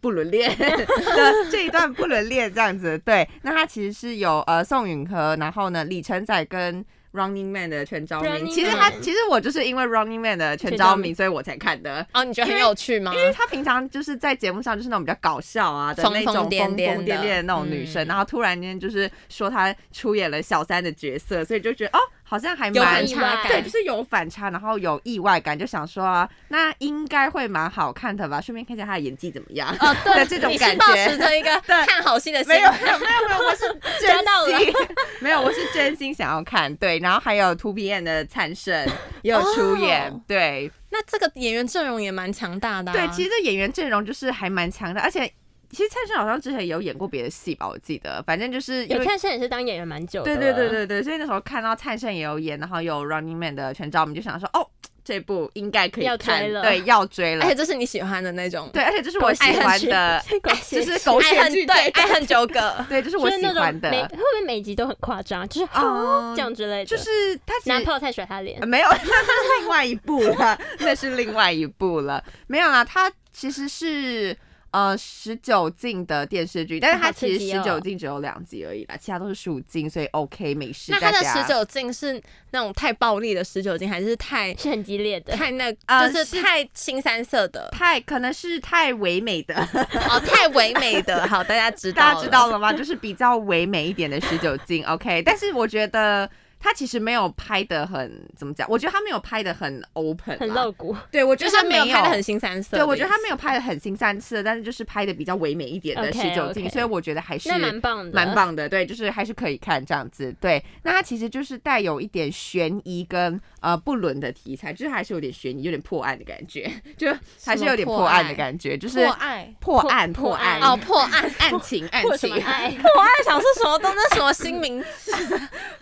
[SPEAKER 2] 不伦 恋的这一段不伦恋这样子。对，那它其实是有呃宋允和，然后呢李承宰跟 Running Man 的全昭
[SPEAKER 3] Running
[SPEAKER 2] 明。其实他
[SPEAKER 3] Man
[SPEAKER 2] 其实我就是因为 Running Man 的全
[SPEAKER 3] 全
[SPEAKER 2] 昭
[SPEAKER 3] 昭
[SPEAKER 2] 明，所以我才看的。
[SPEAKER 1] 哦，你觉得很有趣吗？
[SPEAKER 2] 因为她平常就是在节目上就是那种比较搞笑啊的
[SPEAKER 1] 疯
[SPEAKER 2] 那
[SPEAKER 1] 疯
[SPEAKER 2] 种疯
[SPEAKER 1] 癫
[SPEAKER 2] 疯癫
[SPEAKER 1] 癫的
[SPEAKER 2] 癫的那种女生，
[SPEAKER 1] 嗯
[SPEAKER 2] 然后突然间就是说她出演了小三的角色，所以就觉得哦，好像还
[SPEAKER 1] 有
[SPEAKER 2] 蛮
[SPEAKER 1] 反差
[SPEAKER 3] 蛮
[SPEAKER 2] 对，
[SPEAKER 1] 感
[SPEAKER 2] 就。是有反差，然后有意外感，就想说啊，那应该会蛮好看的吧，顺便看一下她的演技怎么样。
[SPEAKER 1] 哦，对，
[SPEAKER 2] 这种
[SPEAKER 1] 你是
[SPEAKER 2] 感
[SPEAKER 1] 保
[SPEAKER 2] 觉
[SPEAKER 1] 持着一个
[SPEAKER 2] 对
[SPEAKER 1] 看好戏的心
[SPEAKER 2] 没
[SPEAKER 1] 态
[SPEAKER 2] 有没有没有没有， 我是
[SPEAKER 3] 抓到
[SPEAKER 2] 真心， 没有我是真心想要看。对，然后还有 Two PM 的灿 盛也有出演，
[SPEAKER 1] 哦
[SPEAKER 2] 对
[SPEAKER 1] 那这个演员阵容也蛮强大的啊。
[SPEAKER 2] 对，其实这演员阵容就是还蛮强的，而且其实灿盛好像之前也有演过别的戏吧，我记得，反正就是因
[SPEAKER 3] 有
[SPEAKER 2] 为。
[SPEAKER 3] 看生也是当演员蛮久的
[SPEAKER 2] 对
[SPEAKER 3] 了，
[SPEAKER 2] 对对对对，所以那时候看到灿盛也有演，然后有 Running Man 的全照，我们就想说，哦，这部应该可以
[SPEAKER 3] 要追
[SPEAKER 2] 看
[SPEAKER 3] 了
[SPEAKER 2] 对，要追了
[SPEAKER 1] 而且，这是你喜欢的那种，
[SPEAKER 2] 对，而且这是我喜
[SPEAKER 1] 爱恨
[SPEAKER 2] 欢
[SPEAKER 1] 剧
[SPEAKER 2] 的，
[SPEAKER 3] 狗血
[SPEAKER 2] 就是狗
[SPEAKER 1] 爱
[SPEAKER 2] 血
[SPEAKER 1] 恨
[SPEAKER 2] 剧，
[SPEAKER 1] 对爱恨纠 葛。
[SPEAKER 2] 对，就是
[SPEAKER 3] 就
[SPEAKER 2] 我
[SPEAKER 3] 是
[SPEAKER 2] 喜
[SPEAKER 3] 那
[SPEAKER 2] 欢
[SPEAKER 3] 种
[SPEAKER 2] 的
[SPEAKER 3] 每，会不会每集都很夸张，就是
[SPEAKER 2] 嗯
[SPEAKER 3] 这样之类的，
[SPEAKER 2] 就是他其
[SPEAKER 3] 拿
[SPEAKER 2] 实
[SPEAKER 3] 泡菜甩他脸
[SPEAKER 2] 呃。没有， 那是另外一部了，那是另外一部了。没有啦，它其实是呃十九禁的电视剧，但是它
[SPEAKER 3] 好刺
[SPEAKER 2] 其实
[SPEAKER 3] 激
[SPEAKER 2] 十
[SPEAKER 3] 哦
[SPEAKER 2] 九禁只有两集而已啦，其他都是十五禁，所以 OK 没事。
[SPEAKER 1] 那他的
[SPEAKER 2] 大家
[SPEAKER 1] 十九禁是那种太暴力的十九禁，还是太
[SPEAKER 3] 是很激烈 的，
[SPEAKER 1] 太那，
[SPEAKER 2] 呃
[SPEAKER 1] 就是
[SPEAKER 2] 是
[SPEAKER 1] 太新三色的
[SPEAKER 2] 太可能是太唯美的，
[SPEAKER 1] 哦，太唯美的。好，大家知道，
[SPEAKER 2] 大家知。道了吗？就是比较唯美一点的十九禁 OK，但是我觉得。它其实没有拍的很怎么讲，我觉得它没有拍的很 open，
[SPEAKER 3] 很
[SPEAKER 2] 啦
[SPEAKER 3] 露骨。
[SPEAKER 2] 对我觉
[SPEAKER 1] 就
[SPEAKER 2] 得
[SPEAKER 1] 是
[SPEAKER 2] 它
[SPEAKER 1] 没有拍的很新三色的意思。
[SPEAKER 2] 对，我觉得他没有拍的很新三色，但是就是拍的比较唯美一点的十
[SPEAKER 3] OK，
[SPEAKER 2] 九禁
[SPEAKER 3] OK
[SPEAKER 2] 所以我觉得还是
[SPEAKER 3] 那蛮棒的，
[SPEAKER 2] 蛮。棒的。对，就是还是可以看这样子。对，那它其实就是带有一点悬疑跟呃不伦的题材，就是还是有点悬疑，有点破案的感觉， 就还是有点
[SPEAKER 1] 破
[SPEAKER 2] 破案
[SPEAKER 1] 案
[SPEAKER 2] 的感觉，就是
[SPEAKER 1] 破案
[SPEAKER 2] 破
[SPEAKER 3] 破
[SPEAKER 2] 案破
[SPEAKER 3] 破
[SPEAKER 2] 案
[SPEAKER 3] 案
[SPEAKER 1] 哦，破案。
[SPEAKER 2] 案情案
[SPEAKER 3] 或什
[SPEAKER 2] 情
[SPEAKER 3] 么爱？
[SPEAKER 1] 破案想说什么都那什么新名词，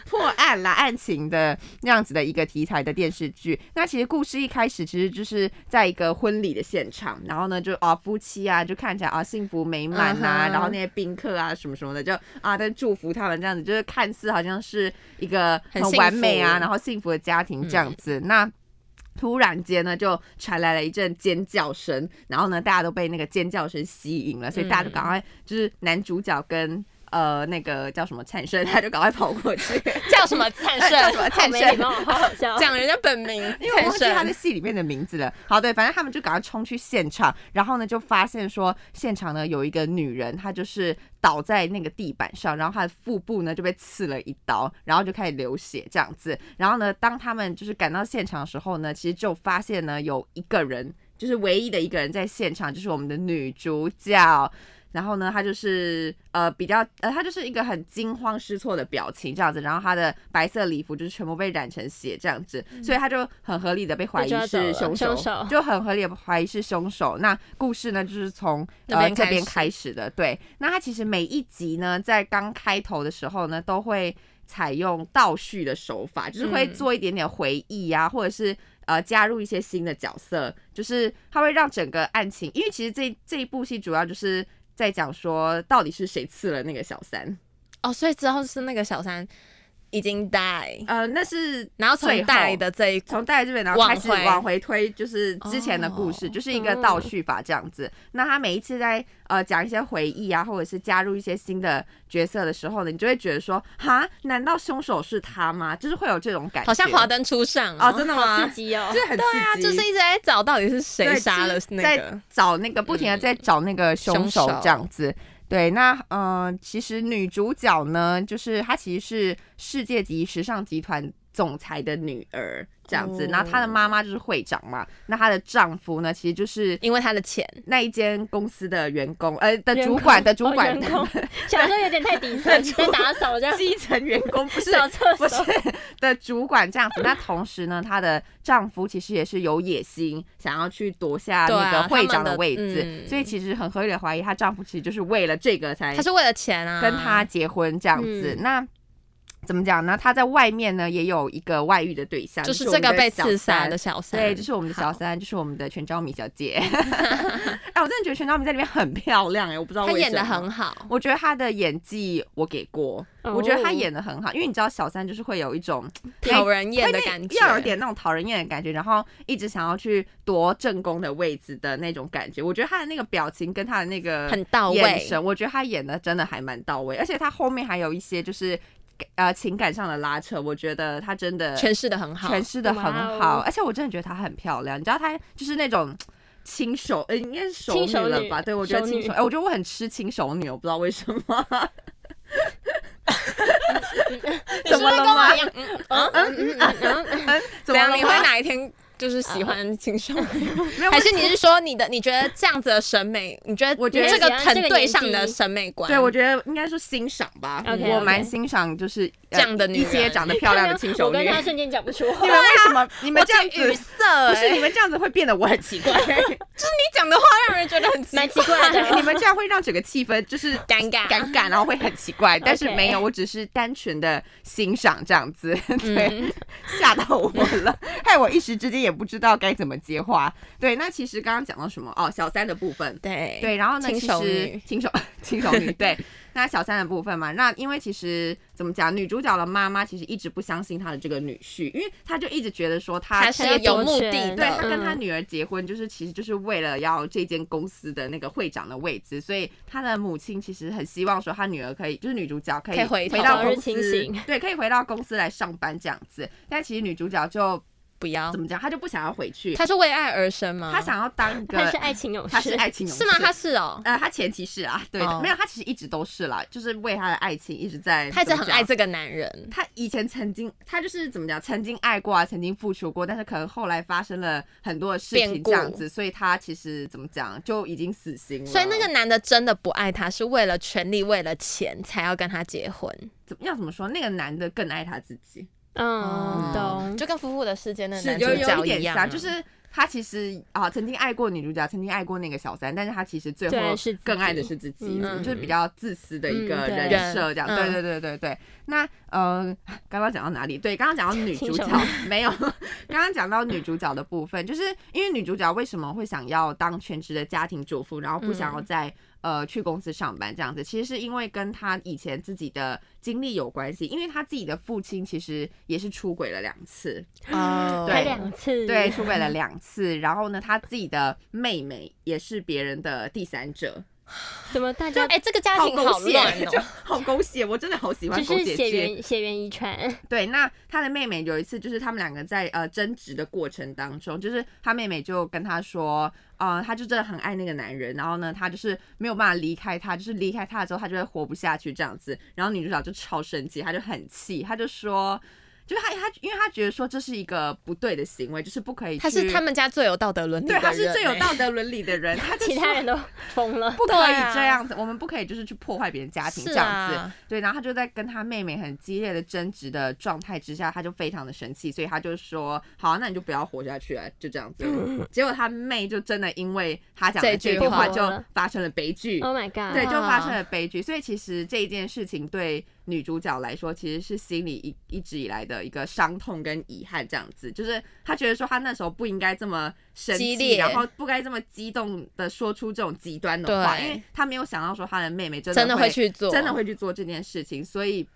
[SPEAKER 2] 破案啦、案情的那样子的一个题材的电视剧。那其实故事一开始其实就是在一个婚礼的现场，然后呢就啊夫妻啊就看起来啊幸福美满呐、
[SPEAKER 1] 嗯哼
[SPEAKER 2] 然后那些宾客啊什么什么的就啊在祝福他们这样子，就是看似好像是一个
[SPEAKER 1] 很
[SPEAKER 2] 很
[SPEAKER 1] 幸
[SPEAKER 2] 完美啊，
[SPEAKER 1] 福嗯
[SPEAKER 2] 然后幸福的家庭这样子。那突然间呢，就传来了一阵尖叫声，然后呢，大家都被那个尖叫声吸引了，所以
[SPEAKER 1] 嗯
[SPEAKER 2] 大家就赶快，就是男主角跟呃那个叫什么灿生，他就赶快跑过去，
[SPEAKER 1] 叫 什么灿
[SPEAKER 2] 叫
[SPEAKER 1] 盛？
[SPEAKER 2] 什 么
[SPEAKER 3] 好
[SPEAKER 2] 灿
[SPEAKER 3] 没礼
[SPEAKER 2] 生，
[SPEAKER 3] 貌，好好笑。
[SPEAKER 1] 讲人家本名，因
[SPEAKER 2] 因为我忘记他在戏里面的名字了。好，对，反正他们就赶快冲去现场，然后呢就发现说现场呢有一个女人，她就是倒在那个地板上，然后她的腹部呢就被刺了一刀，然后就开始流血这样子。然后呢，当他们就是赶到现场的时候呢，其实就发现呢有一个人，就是唯一的一个人在现场，就是我们的女主角。然后呢，她就是呃比较呃，她就是一个很惊慌失措的表情这样子，然后她的白色礼服就是全部被染成血这样子，所以她就很合理的被怀疑
[SPEAKER 3] 嗯被抓走
[SPEAKER 2] 是
[SPEAKER 3] 了
[SPEAKER 2] 凶
[SPEAKER 3] 凶手
[SPEAKER 2] 就很合理的怀疑是凶手。那故事呢，就是从
[SPEAKER 1] 那
[SPEAKER 2] 呃
[SPEAKER 1] 边
[SPEAKER 2] 这
[SPEAKER 1] 开
[SPEAKER 2] 边
[SPEAKER 1] 始
[SPEAKER 2] 开始的，对。那它其实每一集呢，在刚开头的时候呢，都会采用倒叙的手法，就是会
[SPEAKER 1] 嗯
[SPEAKER 2] 做一点点回忆啊，或者是呃加入一些新的角色，就是它会让整个案情，因为其实这这一部戏主要就是在讲说到底是谁刺了那个小三，
[SPEAKER 1] 哦，所以之后是那个小三已经 die，
[SPEAKER 2] 呃，那是
[SPEAKER 1] 然后从
[SPEAKER 2] 最后
[SPEAKER 1] die 的这一
[SPEAKER 2] 从戴这边，然后开始
[SPEAKER 1] 往回
[SPEAKER 2] 往回推，就是之前的故事，
[SPEAKER 1] 哦
[SPEAKER 2] 就是一个倒叙法这样子。那他每一次在呃讲一些回忆啊，或者是加入一些新的角色的时候呢，你就会觉得说，哈，难道凶手是他吗？就是会有这种感觉，
[SPEAKER 1] 好像华灯初上
[SPEAKER 2] 哦，真的
[SPEAKER 3] 好
[SPEAKER 2] 吗
[SPEAKER 3] 刺？激哦
[SPEAKER 2] 就！是很
[SPEAKER 1] 对啊，
[SPEAKER 2] 刺激，
[SPEAKER 1] 就是一直在找到底是谁
[SPEAKER 2] 对
[SPEAKER 1] 杀了
[SPEAKER 2] 就是
[SPEAKER 1] 那
[SPEAKER 2] 在
[SPEAKER 1] 个。
[SPEAKER 2] 找那个不停的在找那个凶手
[SPEAKER 1] 凶手
[SPEAKER 2] 这样子。对，那嗯、呃其实女主角呢，就是她其实是世界级时尚集团总裁的女儿这样子，
[SPEAKER 1] 哦
[SPEAKER 2] 那她的妈妈就是会长嘛，那她的丈夫呢，其实就是
[SPEAKER 1] 因为他的钱，
[SPEAKER 2] 那一间公司的员工，呃的
[SPEAKER 3] 员
[SPEAKER 2] 主
[SPEAKER 3] 工
[SPEAKER 2] 管的主管
[SPEAKER 3] 哦，员 工想说有点太底层，在打扫这样，
[SPEAKER 2] 基层员工 不是
[SPEAKER 3] 扫厕
[SPEAKER 2] 不是
[SPEAKER 3] 所。
[SPEAKER 2] 的主管这样子。那同时呢，她的丈夫其实也是有野心，想要去夺下
[SPEAKER 1] 对
[SPEAKER 2] 那
[SPEAKER 1] 啊
[SPEAKER 2] 个会
[SPEAKER 1] 他
[SPEAKER 2] 长
[SPEAKER 1] 们的
[SPEAKER 2] 位置，
[SPEAKER 1] 嗯
[SPEAKER 2] 所以其实很合理的怀疑，她丈夫其实就是为了这个才
[SPEAKER 1] 他是为了钱啊，
[SPEAKER 2] 哎跟她结婚这样子。
[SPEAKER 3] 嗯
[SPEAKER 2] 那怎么讲呢？她在外面呢也有一个外遇的对象，
[SPEAKER 1] 就是
[SPEAKER 2] 我
[SPEAKER 1] 这
[SPEAKER 2] 们
[SPEAKER 1] 个
[SPEAKER 2] 的
[SPEAKER 1] 被
[SPEAKER 2] 小
[SPEAKER 1] 刺杀
[SPEAKER 2] 三
[SPEAKER 1] 的小三，
[SPEAKER 2] 对，就是我们的小
[SPEAKER 1] 好
[SPEAKER 2] 三，就是我们的全昭米小 姐。 哎，我真的觉得全昭米在里面很漂亮哎、我不知道
[SPEAKER 1] 他
[SPEAKER 2] 为
[SPEAKER 1] 演
[SPEAKER 2] 什
[SPEAKER 1] 的
[SPEAKER 2] 么
[SPEAKER 1] 很好，
[SPEAKER 2] 我觉得她的演技我给过，我觉得
[SPEAKER 1] 哦
[SPEAKER 2] 她演的很好，因为你知道小三就是会有一种
[SPEAKER 1] 讨人厌的
[SPEAKER 2] 会那
[SPEAKER 1] 感觉，
[SPEAKER 2] 要有点那种讨人厌的感觉，然后一直想要去夺正宫的位置的那种感觉。我觉得她的那个表情跟她的那个
[SPEAKER 1] 很到
[SPEAKER 2] 眼
[SPEAKER 1] 位，
[SPEAKER 2] 神，我觉得她演的真的还蛮到位，而且她后面还有一些就是呃情感上的拉扯，我觉得她真的
[SPEAKER 1] 诠释的很好，
[SPEAKER 2] 诠释的很
[SPEAKER 3] 哇
[SPEAKER 2] 好，
[SPEAKER 3] 哦
[SPEAKER 2] 而且我真的觉得她很漂亮，你知道她就是那种。亲手，呃，应该是熟
[SPEAKER 3] 亲
[SPEAKER 2] 女
[SPEAKER 3] 手
[SPEAKER 2] 了
[SPEAKER 3] 女
[SPEAKER 2] 吧？对，我觉得
[SPEAKER 3] 熟
[SPEAKER 2] 亲
[SPEAKER 3] 女
[SPEAKER 2] 手，哎、我觉得我很吃亲手女，我不知道为什 么。
[SPEAKER 1] 你是不是
[SPEAKER 2] 怎么了
[SPEAKER 1] 跟我
[SPEAKER 2] 吗
[SPEAKER 1] 一样嗯
[SPEAKER 3] 嗯嗯嗯嗯嗯嗯，
[SPEAKER 2] 嗯，
[SPEAKER 1] 怎
[SPEAKER 2] 怎么
[SPEAKER 1] 样？
[SPEAKER 2] 了
[SPEAKER 1] 你会
[SPEAKER 2] 吗？
[SPEAKER 1] 哪一天就是喜欢青少年？
[SPEAKER 2] 没 有
[SPEAKER 1] 还是
[SPEAKER 2] 我
[SPEAKER 1] 你是说你的？你觉得这样子的审美？你觉得
[SPEAKER 2] 我觉得
[SPEAKER 1] 这个
[SPEAKER 3] 喜欢
[SPEAKER 1] 很
[SPEAKER 3] 这个
[SPEAKER 1] 对
[SPEAKER 3] 年
[SPEAKER 1] 上你
[SPEAKER 3] 纪
[SPEAKER 1] 的审美观？
[SPEAKER 2] 对，我觉得应该说欣赏吧。
[SPEAKER 3] OK，
[SPEAKER 2] 我
[SPEAKER 3] OK
[SPEAKER 2] 蛮欣赏就是
[SPEAKER 1] 这
[SPEAKER 2] 呃
[SPEAKER 1] 样的女
[SPEAKER 2] 一些
[SPEAKER 1] 人
[SPEAKER 2] 长得漂亮的亲手
[SPEAKER 3] 我
[SPEAKER 2] 女。
[SPEAKER 3] 跟他
[SPEAKER 2] 你
[SPEAKER 3] 瞬间讲不出话。
[SPEAKER 2] 们为什么？你们
[SPEAKER 1] 我
[SPEAKER 2] 这样
[SPEAKER 1] 这语
[SPEAKER 2] 子
[SPEAKER 1] 塞欸，
[SPEAKER 2] 不是你们这样子会变得我 很奇怪，
[SPEAKER 1] 你讲的话让人觉得很奇
[SPEAKER 3] 蛮奇怪
[SPEAKER 2] 你
[SPEAKER 3] 的，
[SPEAKER 2] 们这样会让整个气氛就是
[SPEAKER 1] 尴尬，
[SPEAKER 2] 尴尬，然后会很奇 怪。但是
[SPEAKER 3] OK
[SPEAKER 2] 没有，我只是单纯的欣赏这样子， 对
[SPEAKER 1] 嗯，
[SPEAKER 2] 吓到我 了，害我一时之间也不知道该怎么接话。对，那其实刚刚讲到什么？哦，小三的部分。
[SPEAKER 1] 对
[SPEAKER 2] 对，然后呢，
[SPEAKER 1] 轻
[SPEAKER 2] 其
[SPEAKER 1] 熟
[SPEAKER 2] 实
[SPEAKER 1] 女
[SPEAKER 2] 轻手 轻手 女对，那小三的部分嘛，那因为其实怎么讲，女主角的妈妈其实一直不相信她的这个女婿，因为她就一直觉得说他
[SPEAKER 1] 他是有目的的，
[SPEAKER 3] 对
[SPEAKER 2] 对他跟他
[SPEAKER 3] 嗯
[SPEAKER 2] 女儿结婚，就是其实就是为了要这间公司的那个会长的位置，所以他的母亲其实很希望说他女儿可以，就是女主角可以
[SPEAKER 1] 可以回头
[SPEAKER 2] 到
[SPEAKER 3] 早日
[SPEAKER 2] 公
[SPEAKER 3] 清
[SPEAKER 2] 司
[SPEAKER 3] 醒，
[SPEAKER 2] 对，可以回到公司来上班这样子。但其实女主角就
[SPEAKER 1] 不要
[SPEAKER 2] 怎，么讲，她就不想要回去，
[SPEAKER 1] 他是为爱而生吗？
[SPEAKER 2] 她想要当一
[SPEAKER 3] 他是
[SPEAKER 2] 个，
[SPEAKER 3] 爱情勇
[SPEAKER 2] 她是
[SPEAKER 3] 士，
[SPEAKER 2] 爱情勇
[SPEAKER 1] 是吗？
[SPEAKER 2] 士
[SPEAKER 1] 他是哦，
[SPEAKER 2] 呃，她前提是啊，对的
[SPEAKER 1] 哦
[SPEAKER 2] 没有，她其实一直都是啦，就是为她的爱情一直在，
[SPEAKER 1] 他一直
[SPEAKER 2] 怎么
[SPEAKER 1] 很
[SPEAKER 2] 讲
[SPEAKER 1] 爱这个男人，
[SPEAKER 2] 他以前曾经，他就是怎么讲，曾经爱过啊，曾经付出过，但是可能后来发生了很多的事情，
[SPEAKER 1] 变故
[SPEAKER 2] 这样子，所以他其实怎么讲，就已经死心了。
[SPEAKER 1] 所以那个男的真的不爱她，是为了权力、为了钱才要跟她结婚。
[SPEAKER 2] 怎么要怎么说，那个男的更爱他自己，
[SPEAKER 3] 嗯，懂。
[SPEAKER 1] 就跟《夫妇的世界》那个
[SPEAKER 2] 是
[SPEAKER 1] 男主
[SPEAKER 2] 有有一
[SPEAKER 1] 角一
[SPEAKER 2] 点
[SPEAKER 1] 样
[SPEAKER 2] 像，
[SPEAKER 1] 啊，
[SPEAKER 2] 就是他其实啊、曾经爱过女主角，曾经爱过那个小三，但是他其实最
[SPEAKER 3] 最
[SPEAKER 2] 后
[SPEAKER 3] 爱是自己
[SPEAKER 2] 更爱的是自己，
[SPEAKER 3] 嗯
[SPEAKER 2] 就是比较自私的一个
[SPEAKER 3] 嗯对
[SPEAKER 2] 人设这样。
[SPEAKER 1] 嗯
[SPEAKER 2] 对对对对对。那呃，刚刚讲到哪里？对，刚刚讲到女主角
[SPEAKER 3] 新手
[SPEAKER 2] 没有，刚刚讲到女主角的部分，就是因为女主角为什么会想要当全职的家庭主妇，然后不想要
[SPEAKER 1] 嗯
[SPEAKER 2] 在、呃去公司上班这样子，其实是因为跟她以前自己的经历有关系，因为她自己的父亲其实也是出轨了两次，
[SPEAKER 1] 哦
[SPEAKER 3] 才
[SPEAKER 2] 对
[SPEAKER 3] 两次，
[SPEAKER 2] 对，出轨了两次，然后呢，她自己的妹妹也是别人的第三者，
[SPEAKER 3] 怎么 大
[SPEAKER 1] 就
[SPEAKER 3] 家
[SPEAKER 1] 哎、这个家庭
[SPEAKER 2] 狗
[SPEAKER 1] 好
[SPEAKER 2] 血，
[SPEAKER 1] 乱
[SPEAKER 2] 就
[SPEAKER 1] 哦，
[SPEAKER 2] 好狗血，我真的好喜欢
[SPEAKER 3] 就
[SPEAKER 2] 狗
[SPEAKER 3] 是
[SPEAKER 2] 血
[SPEAKER 3] 血
[SPEAKER 2] 剧。
[SPEAKER 3] 缘血缘遗传，
[SPEAKER 2] 对，那她的妹妹有一次就是他们两个在呃争执的过程当中，就是她妹妹就跟她说，呃，她就真的很爱那个男人，然后呢，她就是没有办法离开他，就是离开他之后，她就会活不下去这样子。然后女主角就超生气，她就很气，她就说。就是她，她因为她觉得说这是一个不对的行为，就是不可以去。
[SPEAKER 1] 他是他们家最有道德伦理的
[SPEAKER 2] 对，
[SPEAKER 1] 人欸，
[SPEAKER 2] 他是最有道德伦理 的人，他就
[SPEAKER 3] 其他
[SPEAKER 2] 说
[SPEAKER 3] 人都疯了。
[SPEAKER 2] 不可以
[SPEAKER 1] 对啊
[SPEAKER 2] 这样子，我们不可以就是去破坏别人家庭
[SPEAKER 1] 是
[SPEAKER 2] 这样子。
[SPEAKER 1] 啊
[SPEAKER 2] 对，然后他就在跟他妹妹很激烈的争执的状态之下，他就非常的生气，所以他就说：“好，啊那你就不要活下去了，就这 样子。”结果他妹就真的因为他讲的
[SPEAKER 1] 这
[SPEAKER 2] 这
[SPEAKER 1] 句话
[SPEAKER 2] 句
[SPEAKER 1] 嗯
[SPEAKER 2] 话就发生了悲剧。
[SPEAKER 3] Oh my god！
[SPEAKER 2] 对，就发生
[SPEAKER 1] 啊
[SPEAKER 2] 了悲剧，所以其实这一件事情对女主角来说，其实是心里一一直以来的一个伤痛跟遗憾，这样子，就是她觉得说她那时候不应该这么生
[SPEAKER 1] 激
[SPEAKER 2] 气，
[SPEAKER 1] 烈
[SPEAKER 2] 然后不该这么激动的说出这种极端的话，
[SPEAKER 1] 对
[SPEAKER 2] 因为她没有想到说她的妹妹真
[SPEAKER 1] 真的
[SPEAKER 2] 会
[SPEAKER 1] 会去做，
[SPEAKER 2] 真的会去做这件事情，所以。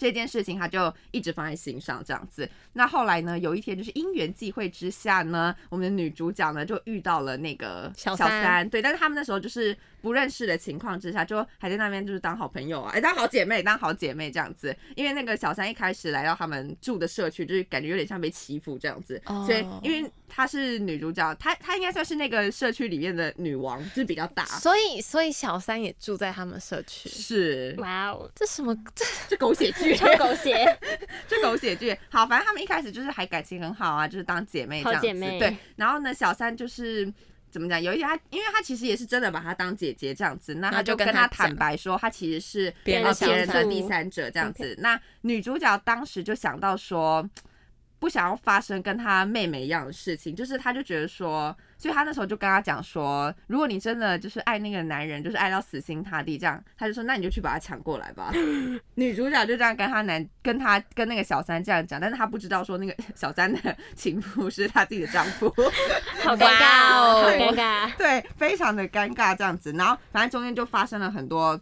[SPEAKER 2] 这件事情，她就一直放在心上，这样子。那后来呢？有一天，就是因缘际会之下呢，我们的女主角呢就遇到了那个
[SPEAKER 1] 小
[SPEAKER 2] 三，
[SPEAKER 1] 三
[SPEAKER 2] 对。但是他们那时候就是不认识的情况之下，就还在那边就是当好朋友啊，哎，当好姐妹，当好姐妹这样子。因为那个小三一开始来到他们住的社区，就是感觉有点像被欺负这样子，
[SPEAKER 1] 哦
[SPEAKER 2] 所以因为她是女主角，她她应该算是那个社区里面的女王，就是比较大，
[SPEAKER 1] 所以所以小三也住在他们社区，
[SPEAKER 2] 是嗯
[SPEAKER 3] 哇哦，
[SPEAKER 1] 这什么这
[SPEAKER 2] 这狗血剧，
[SPEAKER 3] 超狗血，
[SPEAKER 2] 就狗血剧。好，反正他们一开始就是还感情很好啊，就是当姐妹这样
[SPEAKER 3] 好姐
[SPEAKER 2] 子。
[SPEAKER 3] 妹
[SPEAKER 2] 对，然后呢，小三就是。怎么讲？有一点他，因为他其实也是真的把她当姐姐这样子，那
[SPEAKER 1] 那
[SPEAKER 2] 他
[SPEAKER 1] 就
[SPEAKER 2] 跟
[SPEAKER 1] 跟
[SPEAKER 2] 她
[SPEAKER 1] 她讲
[SPEAKER 2] 坦白说，他其实是
[SPEAKER 1] 别人的
[SPEAKER 2] 呃
[SPEAKER 1] 小
[SPEAKER 2] 别人的
[SPEAKER 3] 三
[SPEAKER 2] 第三者这样子。那女主角当时就想到说，不想要发生跟她妹妹一样的事情，就是她就觉得说，所以她那时候就跟她讲说，如果你真的就是爱那个男人，就是爱到死心塌地这样，她就说那你就去把他抢过 来吧。女主角就这样跟她男跟她跟那个小三这样讲，但是她不知道说那个小三的 情妇是她自己的丈夫，
[SPEAKER 3] 好尴尬，
[SPEAKER 1] 哇哦
[SPEAKER 3] 好尴尬。
[SPEAKER 2] 对，非常的尴尬这样子。然后反正中间就发生了很多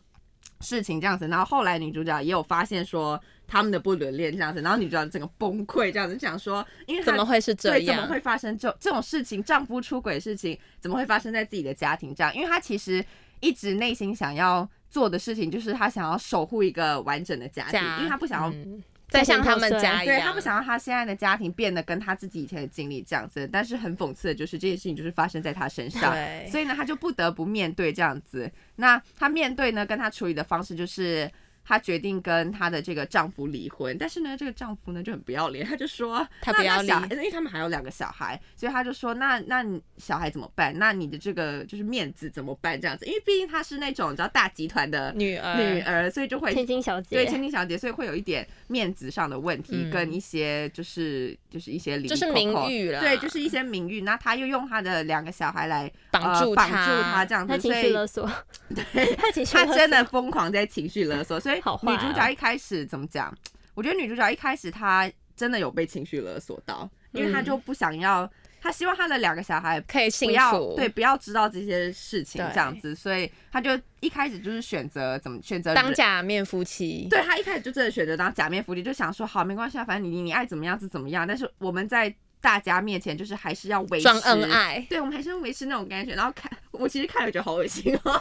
[SPEAKER 2] 事情这样子，然后后来女主角也有发现说他们的不伦恋这样子，然后女主角整个崩溃这样子，想说因为她
[SPEAKER 1] 怎么会是这
[SPEAKER 2] 对，怎么
[SPEAKER 1] 样？
[SPEAKER 2] 会发生这这种事情？丈夫出轨的事情怎么会发生在自己的家庭？这样，因为她其实一直内心想要做的事情，就是她想要守护一个完整的家庭，
[SPEAKER 1] 家
[SPEAKER 2] 因为她不想要，
[SPEAKER 1] 嗯再像他们家一样，
[SPEAKER 2] 对她不想要她现在的家庭变得跟她自己以前的经历这样子。但是很讽刺的就是这件事情就是发生在她身上，
[SPEAKER 1] 对
[SPEAKER 2] 所以呢，她就不得不面对这样子。那她面对呢，跟她处理的方式就是。她决定跟她的这个丈夫离婚，但是呢，这个丈夫呢就很不要脸，他就说
[SPEAKER 1] 他
[SPEAKER 2] 那
[SPEAKER 1] 不要
[SPEAKER 2] 那小
[SPEAKER 1] 理
[SPEAKER 2] 因为他们还有两个小孩，所以他就说那那你小孩怎么办？那你的这个就是面子怎么办？这样子，因为毕竟她是那种你知道大集团的
[SPEAKER 1] 女儿
[SPEAKER 2] 女儿，所以就会
[SPEAKER 3] 千金小
[SPEAKER 2] 对
[SPEAKER 3] 姐，
[SPEAKER 2] 千金小姐，所以会有一点面子上的问题，
[SPEAKER 1] 嗯
[SPEAKER 2] 跟一些就是就是一些零
[SPEAKER 1] 就是名誉啊啦
[SPEAKER 2] 对，就是一些名誉。那她又用她的两个小孩来
[SPEAKER 1] 绑
[SPEAKER 2] 呃
[SPEAKER 1] 住
[SPEAKER 2] 绑住她这样
[SPEAKER 3] 她
[SPEAKER 2] 子，
[SPEAKER 3] 情
[SPEAKER 2] 所
[SPEAKER 3] 绪
[SPEAKER 2] 以
[SPEAKER 3] 勒索，她情 绪
[SPEAKER 2] 她
[SPEAKER 3] 勒索
[SPEAKER 2] 真的疯狂在情绪勒索，所以
[SPEAKER 3] 好坏
[SPEAKER 2] 女
[SPEAKER 3] 啊
[SPEAKER 2] 主角一开始怎么讲？我觉得女主角一开始她真的有被情绪勒索到，因为她就不想要，她希望她的两个小孩
[SPEAKER 1] 可以
[SPEAKER 2] 不
[SPEAKER 1] 嗯幸
[SPEAKER 2] 要
[SPEAKER 1] 福，
[SPEAKER 2] 对，不要知道这些事情
[SPEAKER 1] 对
[SPEAKER 2] 这样子，所以她就一开始就是选择怎么选择
[SPEAKER 1] 当
[SPEAKER 2] 忍
[SPEAKER 1] 假面夫妻，
[SPEAKER 2] 对他一开始就真的选择当假面夫妻，就想说好没关系啊，反正你你爱怎么样是怎么样，但是我们在大家面前就是还是要维持
[SPEAKER 1] 装恩。爱，
[SPEAKER 2] 对，我们还是要维持那种感觉，然后看我其实看了觉得好恶心哦，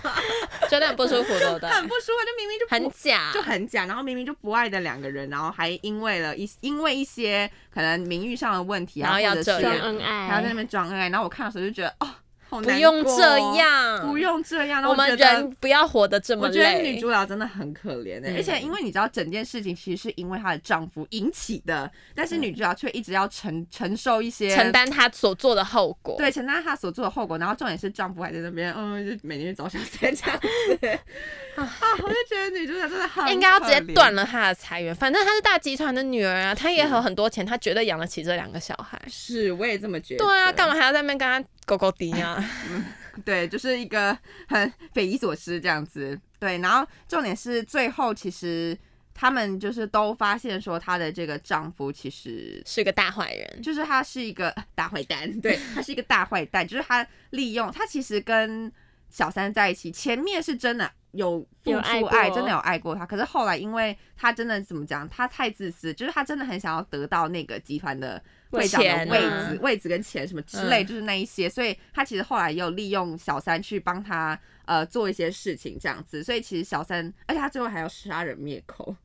[SPEAKER 1] 觉得很不舒服，对不对？
[SPEAKER 2] 很不舒服，就明明就不
[SPEAKER 1] 很假，
[SPEAKER 2] 就很假，然后明明就不爱的两个人，然后还因为了一因为一些可能名誉上的问题啊，
[SPEAKER 1] 然后要
[SPEAKER 2] 或者是
[SPEAKER 1] 这
[SPEAKER 3] 装
[SPEAKER 1] 样
[SPEAKER 3] 恩
[SPEAKER 2] 还要在那
[SPEAKER 3] 爱，
[SPEAKER 2] 边装恩爱，然后我看的时候就觉得哦，好
[SPEAKER 1] 不
[SPEAKER 2] 难
[SPEAKER 1] 用
[SPEAKER 2] 过
[SPEAKER 1] 这
[SPEAKER 2] 哦，
[SPEAKER 1] 样，
[SPEAKER 2] 不用这样。然后
[SPEAKER 1] 我
[SPEAKER 2] 我
[SPEAKER 1] 们
[SPEAKER 2] 觉得
[SPEAKER 1] 人不要活得这么
[SPEAKER 2] 我觉得
[SPEAKER 1] 累
[SPEAKER 2] 女。主角真的很可怜的、
[SPEAKER 1] 嗯
[SPEAKER 2] 而且因为你知道整件事情其实是因为她的丈夫引起的，但是女主角却一直要承承受一些
[SPEAKER 1] 嗯承担她所做的后果，
[SPEAKER 2] 对承担她所做的后果，然后重点是丈夫还在那边嗯，就每天去找小三这样子 啊，我就觉得女主角真的很
[SPEAKER 1] 应该要直接断
[SPEAKER 2] 了。
[SPEAKER 1] 了她的财源。反正她是大集团的女儿啊，她也有很多钱，她绝对养得起这两个小孩。
[SPEAKER 2] 是，我也这么觉得。
[SPEAKER 1] 对啊，干嘛还要在那边跟她狗狗迪啊？
[SPEAKER 2] 对，就是一个很匪夷所思这样子。对，然后重点是最后其实他们就是都发现说她的这个丈夫其实
[SPEAKER 1] 是个大坏人。
[SPEAKER 2] 就是他是一个 大坏蛋，对他是一个大坏蛋，就是他利用他其实跟小三在一起，前面是真的有付
[SPEAKER 3] 有
[SPEAKER 2] 出
[SPEAKER 3] 爱
[SPEAKER 2] 爱，
[SPEAKER 3] 过
[SPEAKER 2] 真的有爱过他，可是后来因为他真的怎么讲，他太自私，就是他真的很想要得到那个集团的。会长的
[SPEAKER 1] 钱啊
[SPEAKER 2] 位置、位置跟钱什么之类，就是那一些，所以他其实后来也有利用小三去帮他呃做一些事情这样子，所以其实小三，而且他最后还要杀人灭口，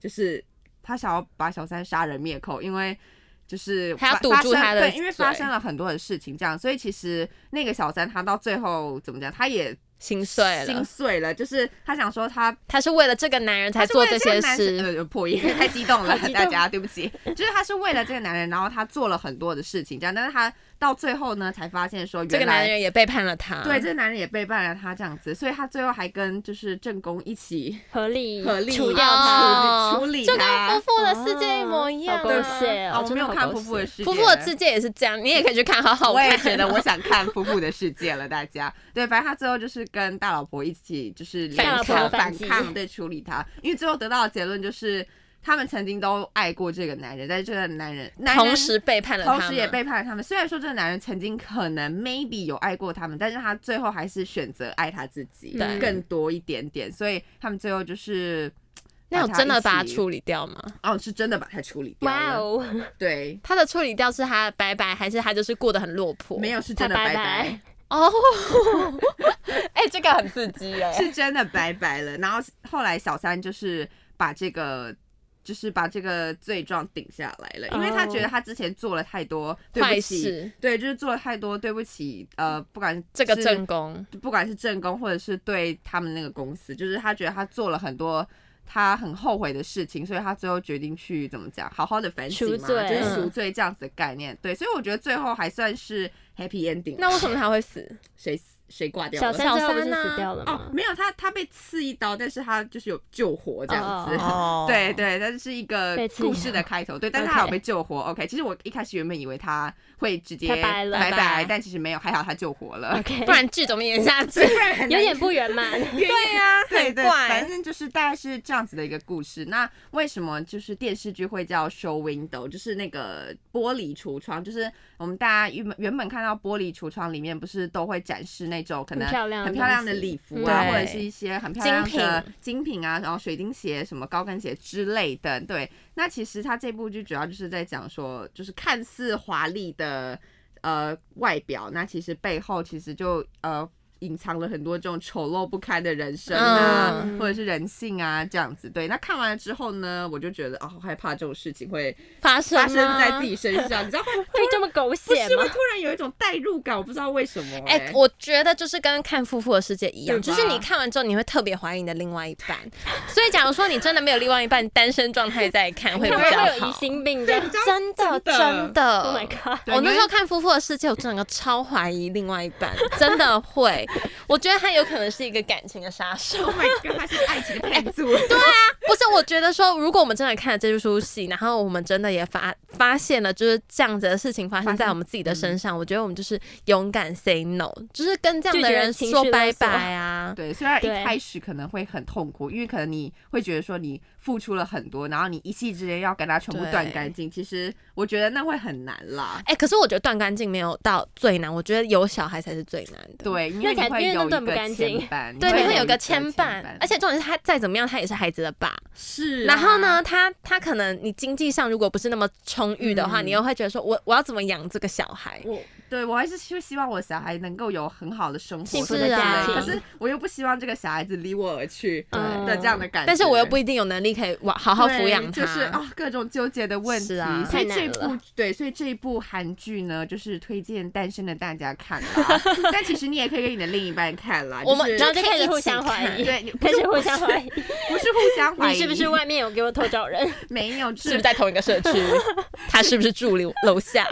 [SPEAKER 2] 就是他想要把小三杀人灭口，因为就是
[SPEAKER 1] 还要
[SPEAKER 2] 发
[SPEAKER 1] 堵
[SPEAKER 2] 发
[SPEAKER 1] 住
[SPEAKER 2] 生
[SPEAKER 1] 他的
[SPEAKER 2] 对，因为发
[SPEAKER 1] 嘴
[SPEAKER 2] 生了很多的事情，这样，所以其实那个小三他到最后怎么讲，他也
[SPEAKER 1] 心碎
[SPEAKER 2] 心
[SPEAKER 1] 了。
[SPEAKER 2] 碎了，就是他想说他
[SPEAKER 1] 她是为了这个男人才做这些
[SPEAKER 2] 他是为了个男
[SPEAKER 1] 事，
[SPEAKER 2] 人呃，破音太激动 了
[SPEAKER 3] 好，激动
[SPEAKER 2] 大家对不起。就是他是为了这个男人，然后他做了很多的事情，这样，但是他到最后呢，才发现说
[SPEAKER 1] 这个
[SPEAKER 2] 原
[SPEAKER 1] 男
[SPEAKER 2] 来。
[SPEAKER 1] 人也背叛了她。
[SPEAKER 2] 对，这个男人也背叛了他这样子，所以他最后还跟就是正宫一起
[SPEAKER 3] 合力
[SPEAKER 2] 合力
[SPEAKER 3] 除掉他，
[SPEAKER 1] 哦
[SPEAKER 2] 处理处
[SPEAKER 1] 就
[SPEAKER 2] 理
[SPEAKER 1] 跟夫
[SPEAKER 2] 他。
[SPEAKER 1] 妇的世界一模一样
[SPEAKER 3] 好狗
[SPEAKER 1] 啊。
[SPEAKER 3] 血
[SPEAKER 2] 哦，
[SPEAKER 3] 哦，真
[SPEAKER 2] 我没
[SPEAKER 3] 的
[SPEAKER 2] 有
[SPEAKER 3] 好
[SPEAKER 2] 看
[SPEAKER 3] 狗
[SPEAKER 2] 夫妇的
[SPEAKER 3] 血
[SPEAKER 2] 世界，
[SPEAKER 1] 夫妇的世界也是这样，你也可以去看，好好
[SPEAKER 2] 我也
[SPEAKER 1] 看。
[SPEAKER 2] 觉得我想看《夫妇的世界》了，大家。对，反正他最后就是跟大老婆一起，就是
[SPEAKER 1] 大老
[SPEAKER 2] 联
[SPEAKER 1] 婆
[SPEAKER 2] 手
[SPEAKER 3] 反
[SPEAKER 2] 反
[SPEAKER 3] 击
[SPEAKER 2] 抗，对，处理他。因为最后得到的结论就是，他们曾经都爱过这个男人，但是这个男人，男人
[SPEAKER 1] 同时背叛了他
[SPEAKER 2] 同
[SPEAKER 1] 们，
[SPEAKER 2] 时也背叛了他们。虽然说这个男人曾经可能 maybe 有爱过他们，但是他最后还是选择爱他自己
[SPEAKER 1] 对
[SPEAKER 2] 更多一点点，所以他们最后就是
[SPEAKER 1] 那有真的把他
[SPEAKER 2] 一起
[SPEAKER 1] 处理掉吗？
[SPEAKER 2] 哦，是真的把他处理掉
[SPEAKER 3] 哇
[SPEAKER 2] 了。
[SPEAKER 3] 哦，
[SPEAKER 2] 对，
[SPEAKER 1] 他的处理掉是他的拜拜，还是他就是过得很落魄？
[SPEAKER 2] 没有是真的
[SPEAKER 3] 他拜
[SPEAKER 2] 拜
[SPEAKER 3] 拜
[SPEAKER 2] 拜，
[SPEAKER 1] 哦， 哎、这个很刺激哎、
[SPEAKER 2] 是真的拜拜了。然后后来小三就是把这个。就是把这个罪状顶下来了，因为他觉得他之前做了太多对
[SPEAKER 1] 坏
[SPEAKER 2] 不起，
[SPEAKER 1] 事。
[SPEAKER 2] 对，就是做了太多对不起，呃，不管
[SPEAKER 1] 这个
[SPEAKER 2] 是
[SPEAKER 1] 正 宫
[SPEAKER 2] 不管是正宫或者是对他们那个公司，就是他觉得他做了很多他很后悔的事情，所以他最后决定去怎么讲，好好的反省
[SPEAKER 3] 赎
[SPEAKER 2] 嘛，
[SPEAKER 3] 罪
[SPEAKER 2] 就是
[SPEAKER 1] 嗯
[SPEAKER 2] 赎罪这样子的概念。对，所以我觉得最后还算是 happy ending 啊。
[SPEAKER 1] 那为什么他会死？
[SPEAKER 2] 谁死谁挂掉
[SPEAKER 3] 小
[SPEAKER 2] 了？
[SPEAKER 3] 三最后不是
[SPEAKER 1] 小三啊
[SPEAKER 3] 死掉了
[SPEAKER 2] 哦
[SPEAKER 3] 吗，？
[SPEAKER 2] 没有，他他被刺一刀，但是他就是有救活这样子。
[SPEAKER 1] 哦
[SPEAKER 3] 哦
[SPEAKER 2] 对，对，但是一个
[SPEAKER 3] 被刺一刀
[SPEAKER 2] 故事的开头，对，但是他
[SPEAKER 1] OK
[SPEAKER 2] 有被救活。OK，其实我一开始原本以为他会直接
[SPEAKER 3] 拜拜了
[SPEAKER 2] 拜
[SPEAKER 1] 拜拜
[SPEAKER 2] 拜，但其实没有，还好他救活 了。
[SPEAKER 3] OK，
[SPEAKER 1] 不然剧怎么演下 去？
[SPEAKER 3] 有点不圆满。
[SPEAKER 1] 对呀、
[SPEAKER 2] 对
[SPEAKER 1] 很
[SPEAKER 2] 对，
[SPEAKER 1] 怪
[SPEAKER 2] 反。正就是大概是这样子的一个故事。那为什么就是电视剧会叫 show window，就是那个玻璃橱窗，就是我们大家原本原本看到玻璃橱窗里面不是都会展示那种可能
[SPEAKER 3] 很漂亮的
[SPEAKER 2] 很漂亮的
[SPEAKER 3] 东西
[SPEAKER 2] 礼服啊，
[SPEAKER 1] 嗯
[SPEAKER 2] 或者是一些很漂亮
[SPEAKER 1] 精
[SPEAKER 2] 的精品啊，然后水晶鞋、什么高跟鞋之类的。对，那其实它这部剧主要就是在讲说，就是看似华丽的。呃，外表那其实背后其实就呃隐藏了很多这种丑陋不堪的人生啊，
[SPEAKER 3] 嗯
[SPEAKER 2] 或者是人性啊这样子。对，那看完了之后呢，我就觉得哦，好害怕这种事情会
[SPEAKER 1] 发生
[SPEAKER 2] 发
[SPEAKER 1] 吗
[SPEAKER 2] 生在自己身上，你知道 会
[SPEAKER 3] 会这么狗
[SPEAKER 2] 不
[SPEAKER 3] 血
[SPEAKER 2] 是
[SPEAKER 3] 吗
[SPEAKER 2] 会？突然有一种代入感，我不知道为什么、
[SPEAKER 1] 哎、
[SPEAKER 2] 哎、
[SPEAKER 1] 我觉得就是跟看《夫妇的世界》一样，
[SPEAKER 2] 对吧
[SPEAKER 1] 就是你看完之后，你会特别怀疑你的另外一半。所以，假如说你真的没有另外一半，你单身状态再看会比
[SPEAKER 3] 看
[SPEAKER 1] 较
[SPEAKER 3] 完会有
[SPEAKER 1] 好
[SPEAKER 3] 疑。心病
[SPEAKER 2] 对
[SPEAKER 3] 的。
[SPEAKER 2] 你知道
[SPEAKER 1] 真的，
[SPEAKER 2] 真的
[SPEAKER 1] 真的
[SPEAKER 3] Oh my god！
[SPEAKER 2] 对
[SPEAKER 1] 我
[SPEAKER 2] 因
[SPEAKER 1] 那
[SPEAKER 2] 为
[SPEAKER 1] 时候看《夫妇的世界》，我整个超怀疑另外一半，真的会。我觉得他有可能是一个感情的杀手。
[SPEAKER 2] Oh my god，他是爱 情
[SPEAKER 1] 哎
[SPEAKER 2] 的叛徒。
[SPEAKER 1] 不是，我觉得说，如果我们真的看了这出戏，然后我们真的也发发现了，就是这样子的事情发生在我们自己的身上，我觉得我们就是勇敢 say no，就是跟这样的人
[SPEAKER 3] 拒绝情绪勒
[SPEAKER 1] 说
[SPEAKER 3] 索
[SPEAKER 1] 拜拜啊。
[SPEAKER 2] 对，虽然
[SPEAKER 3] 对
[SPEAKER 2] 一开始可能会很痛苦，因为可能你会觉得说你付出了很多，然后你一夕之间要跟他全部
[SPEAKER 1] 对
[SPEAKER 2] 断干净，其实我觉得那会很难啦。
[SPEAKER 1] 哎、可是我觉得断干净没有到最难，我觉得有小孩才是最难的。
[SPEAKER 2] 对，因
[SPEAKER 3] 那
[SPEAKER 2] 为你
[SPEAKER 3] 才
[SPEAKER 2] 会
[SPEAKER 3] 因为那
[SPEAKER 2] 有一
[SPEAKER 3] 断不
[SPEAKER 2] 个
[SPEAKER 3] 干
[SPEAKER 2] 牵
[SPEAKER 3] 净
[SPEAKER 2] 绊，
[SPEAKER 1] 对，你会有
[SPEAKER 2] 一
[SPEAKER 1] 个牵绊，而且重点是他再怎么样，他也是孩子的爸。
[SPEAKER 2] 是、啊
[SPEAKER 1] 然后呢，？他他可能你经济上如果不是那么充裕的话，
[SPEAKER 2] 嗯
[SPEAKER 1] 你又会觉得说我我要怎么养这个小孩？
[SPEAKER 2] 我对我还是就希望我小孩能够有很好的生活
[SPEAKER 3] 幸
[SPEAKER 1] 福
[SPEAKER 2] 什
[SPEAKER 1] 的
[SPEAKER 2] 么之类
[SPEAKER 1] 家
[SPEAKER 2] 可
[SPEAKER 1] 庭
[SPEAKER 2] 是我又不希望这个小孩子离我而去
[SPEAKER 3] 嗯
[SPEAKER 2] 的这样的感觉。
[SPEAKER 1] 但是我又不一定有能力可以哇好
[SPEAKER 2] 好
[SPEAKER 1] 好抚养他，
[SPEAKER 2] 就是啊、各种纠结的问题。
[SPEAKER 1] 是啊
[SPEAKER 2] 所以
[SPEAKER 3] 太
[SPEAKER 2] 这
[SPEAKER 3] 难
[SPEAKER 2] 部
[SPEAKER 3] 了
[SPEAKER 2] 对，所以这一部韩剧呢，就是推荐单身的大家看啦。但其实你也可以给你的另一半看啦。
[SPEAKER 1] 我们
[SPEAKER 2] 就是
[SPEAKER 3] 然后就开
[SPEAKER 1] 可以一
[SPEAKER 3] 始
[SPEAKER 1] 起
[SPEAKER 3] 互相怀疑，
[SPEAKER 2] 对，不
[SPEAKER 3] 开
[SPEAKER 2] 是
[SPEAKER 3] 始互相怀疑，
[SPEAKER 2] 不是互相怀
[SPEAKER 3] 你
[SPEAKER 2] 疑，
[SPEAKER 3] 是不是外面有给我偷 找人？
[SPEAKER 2] 没有，
[SPEAKER 1] 是不
[SPEAKER 2] 是
[SPEAKER 1] 是在同一个社 区？他是不是住楼楼下？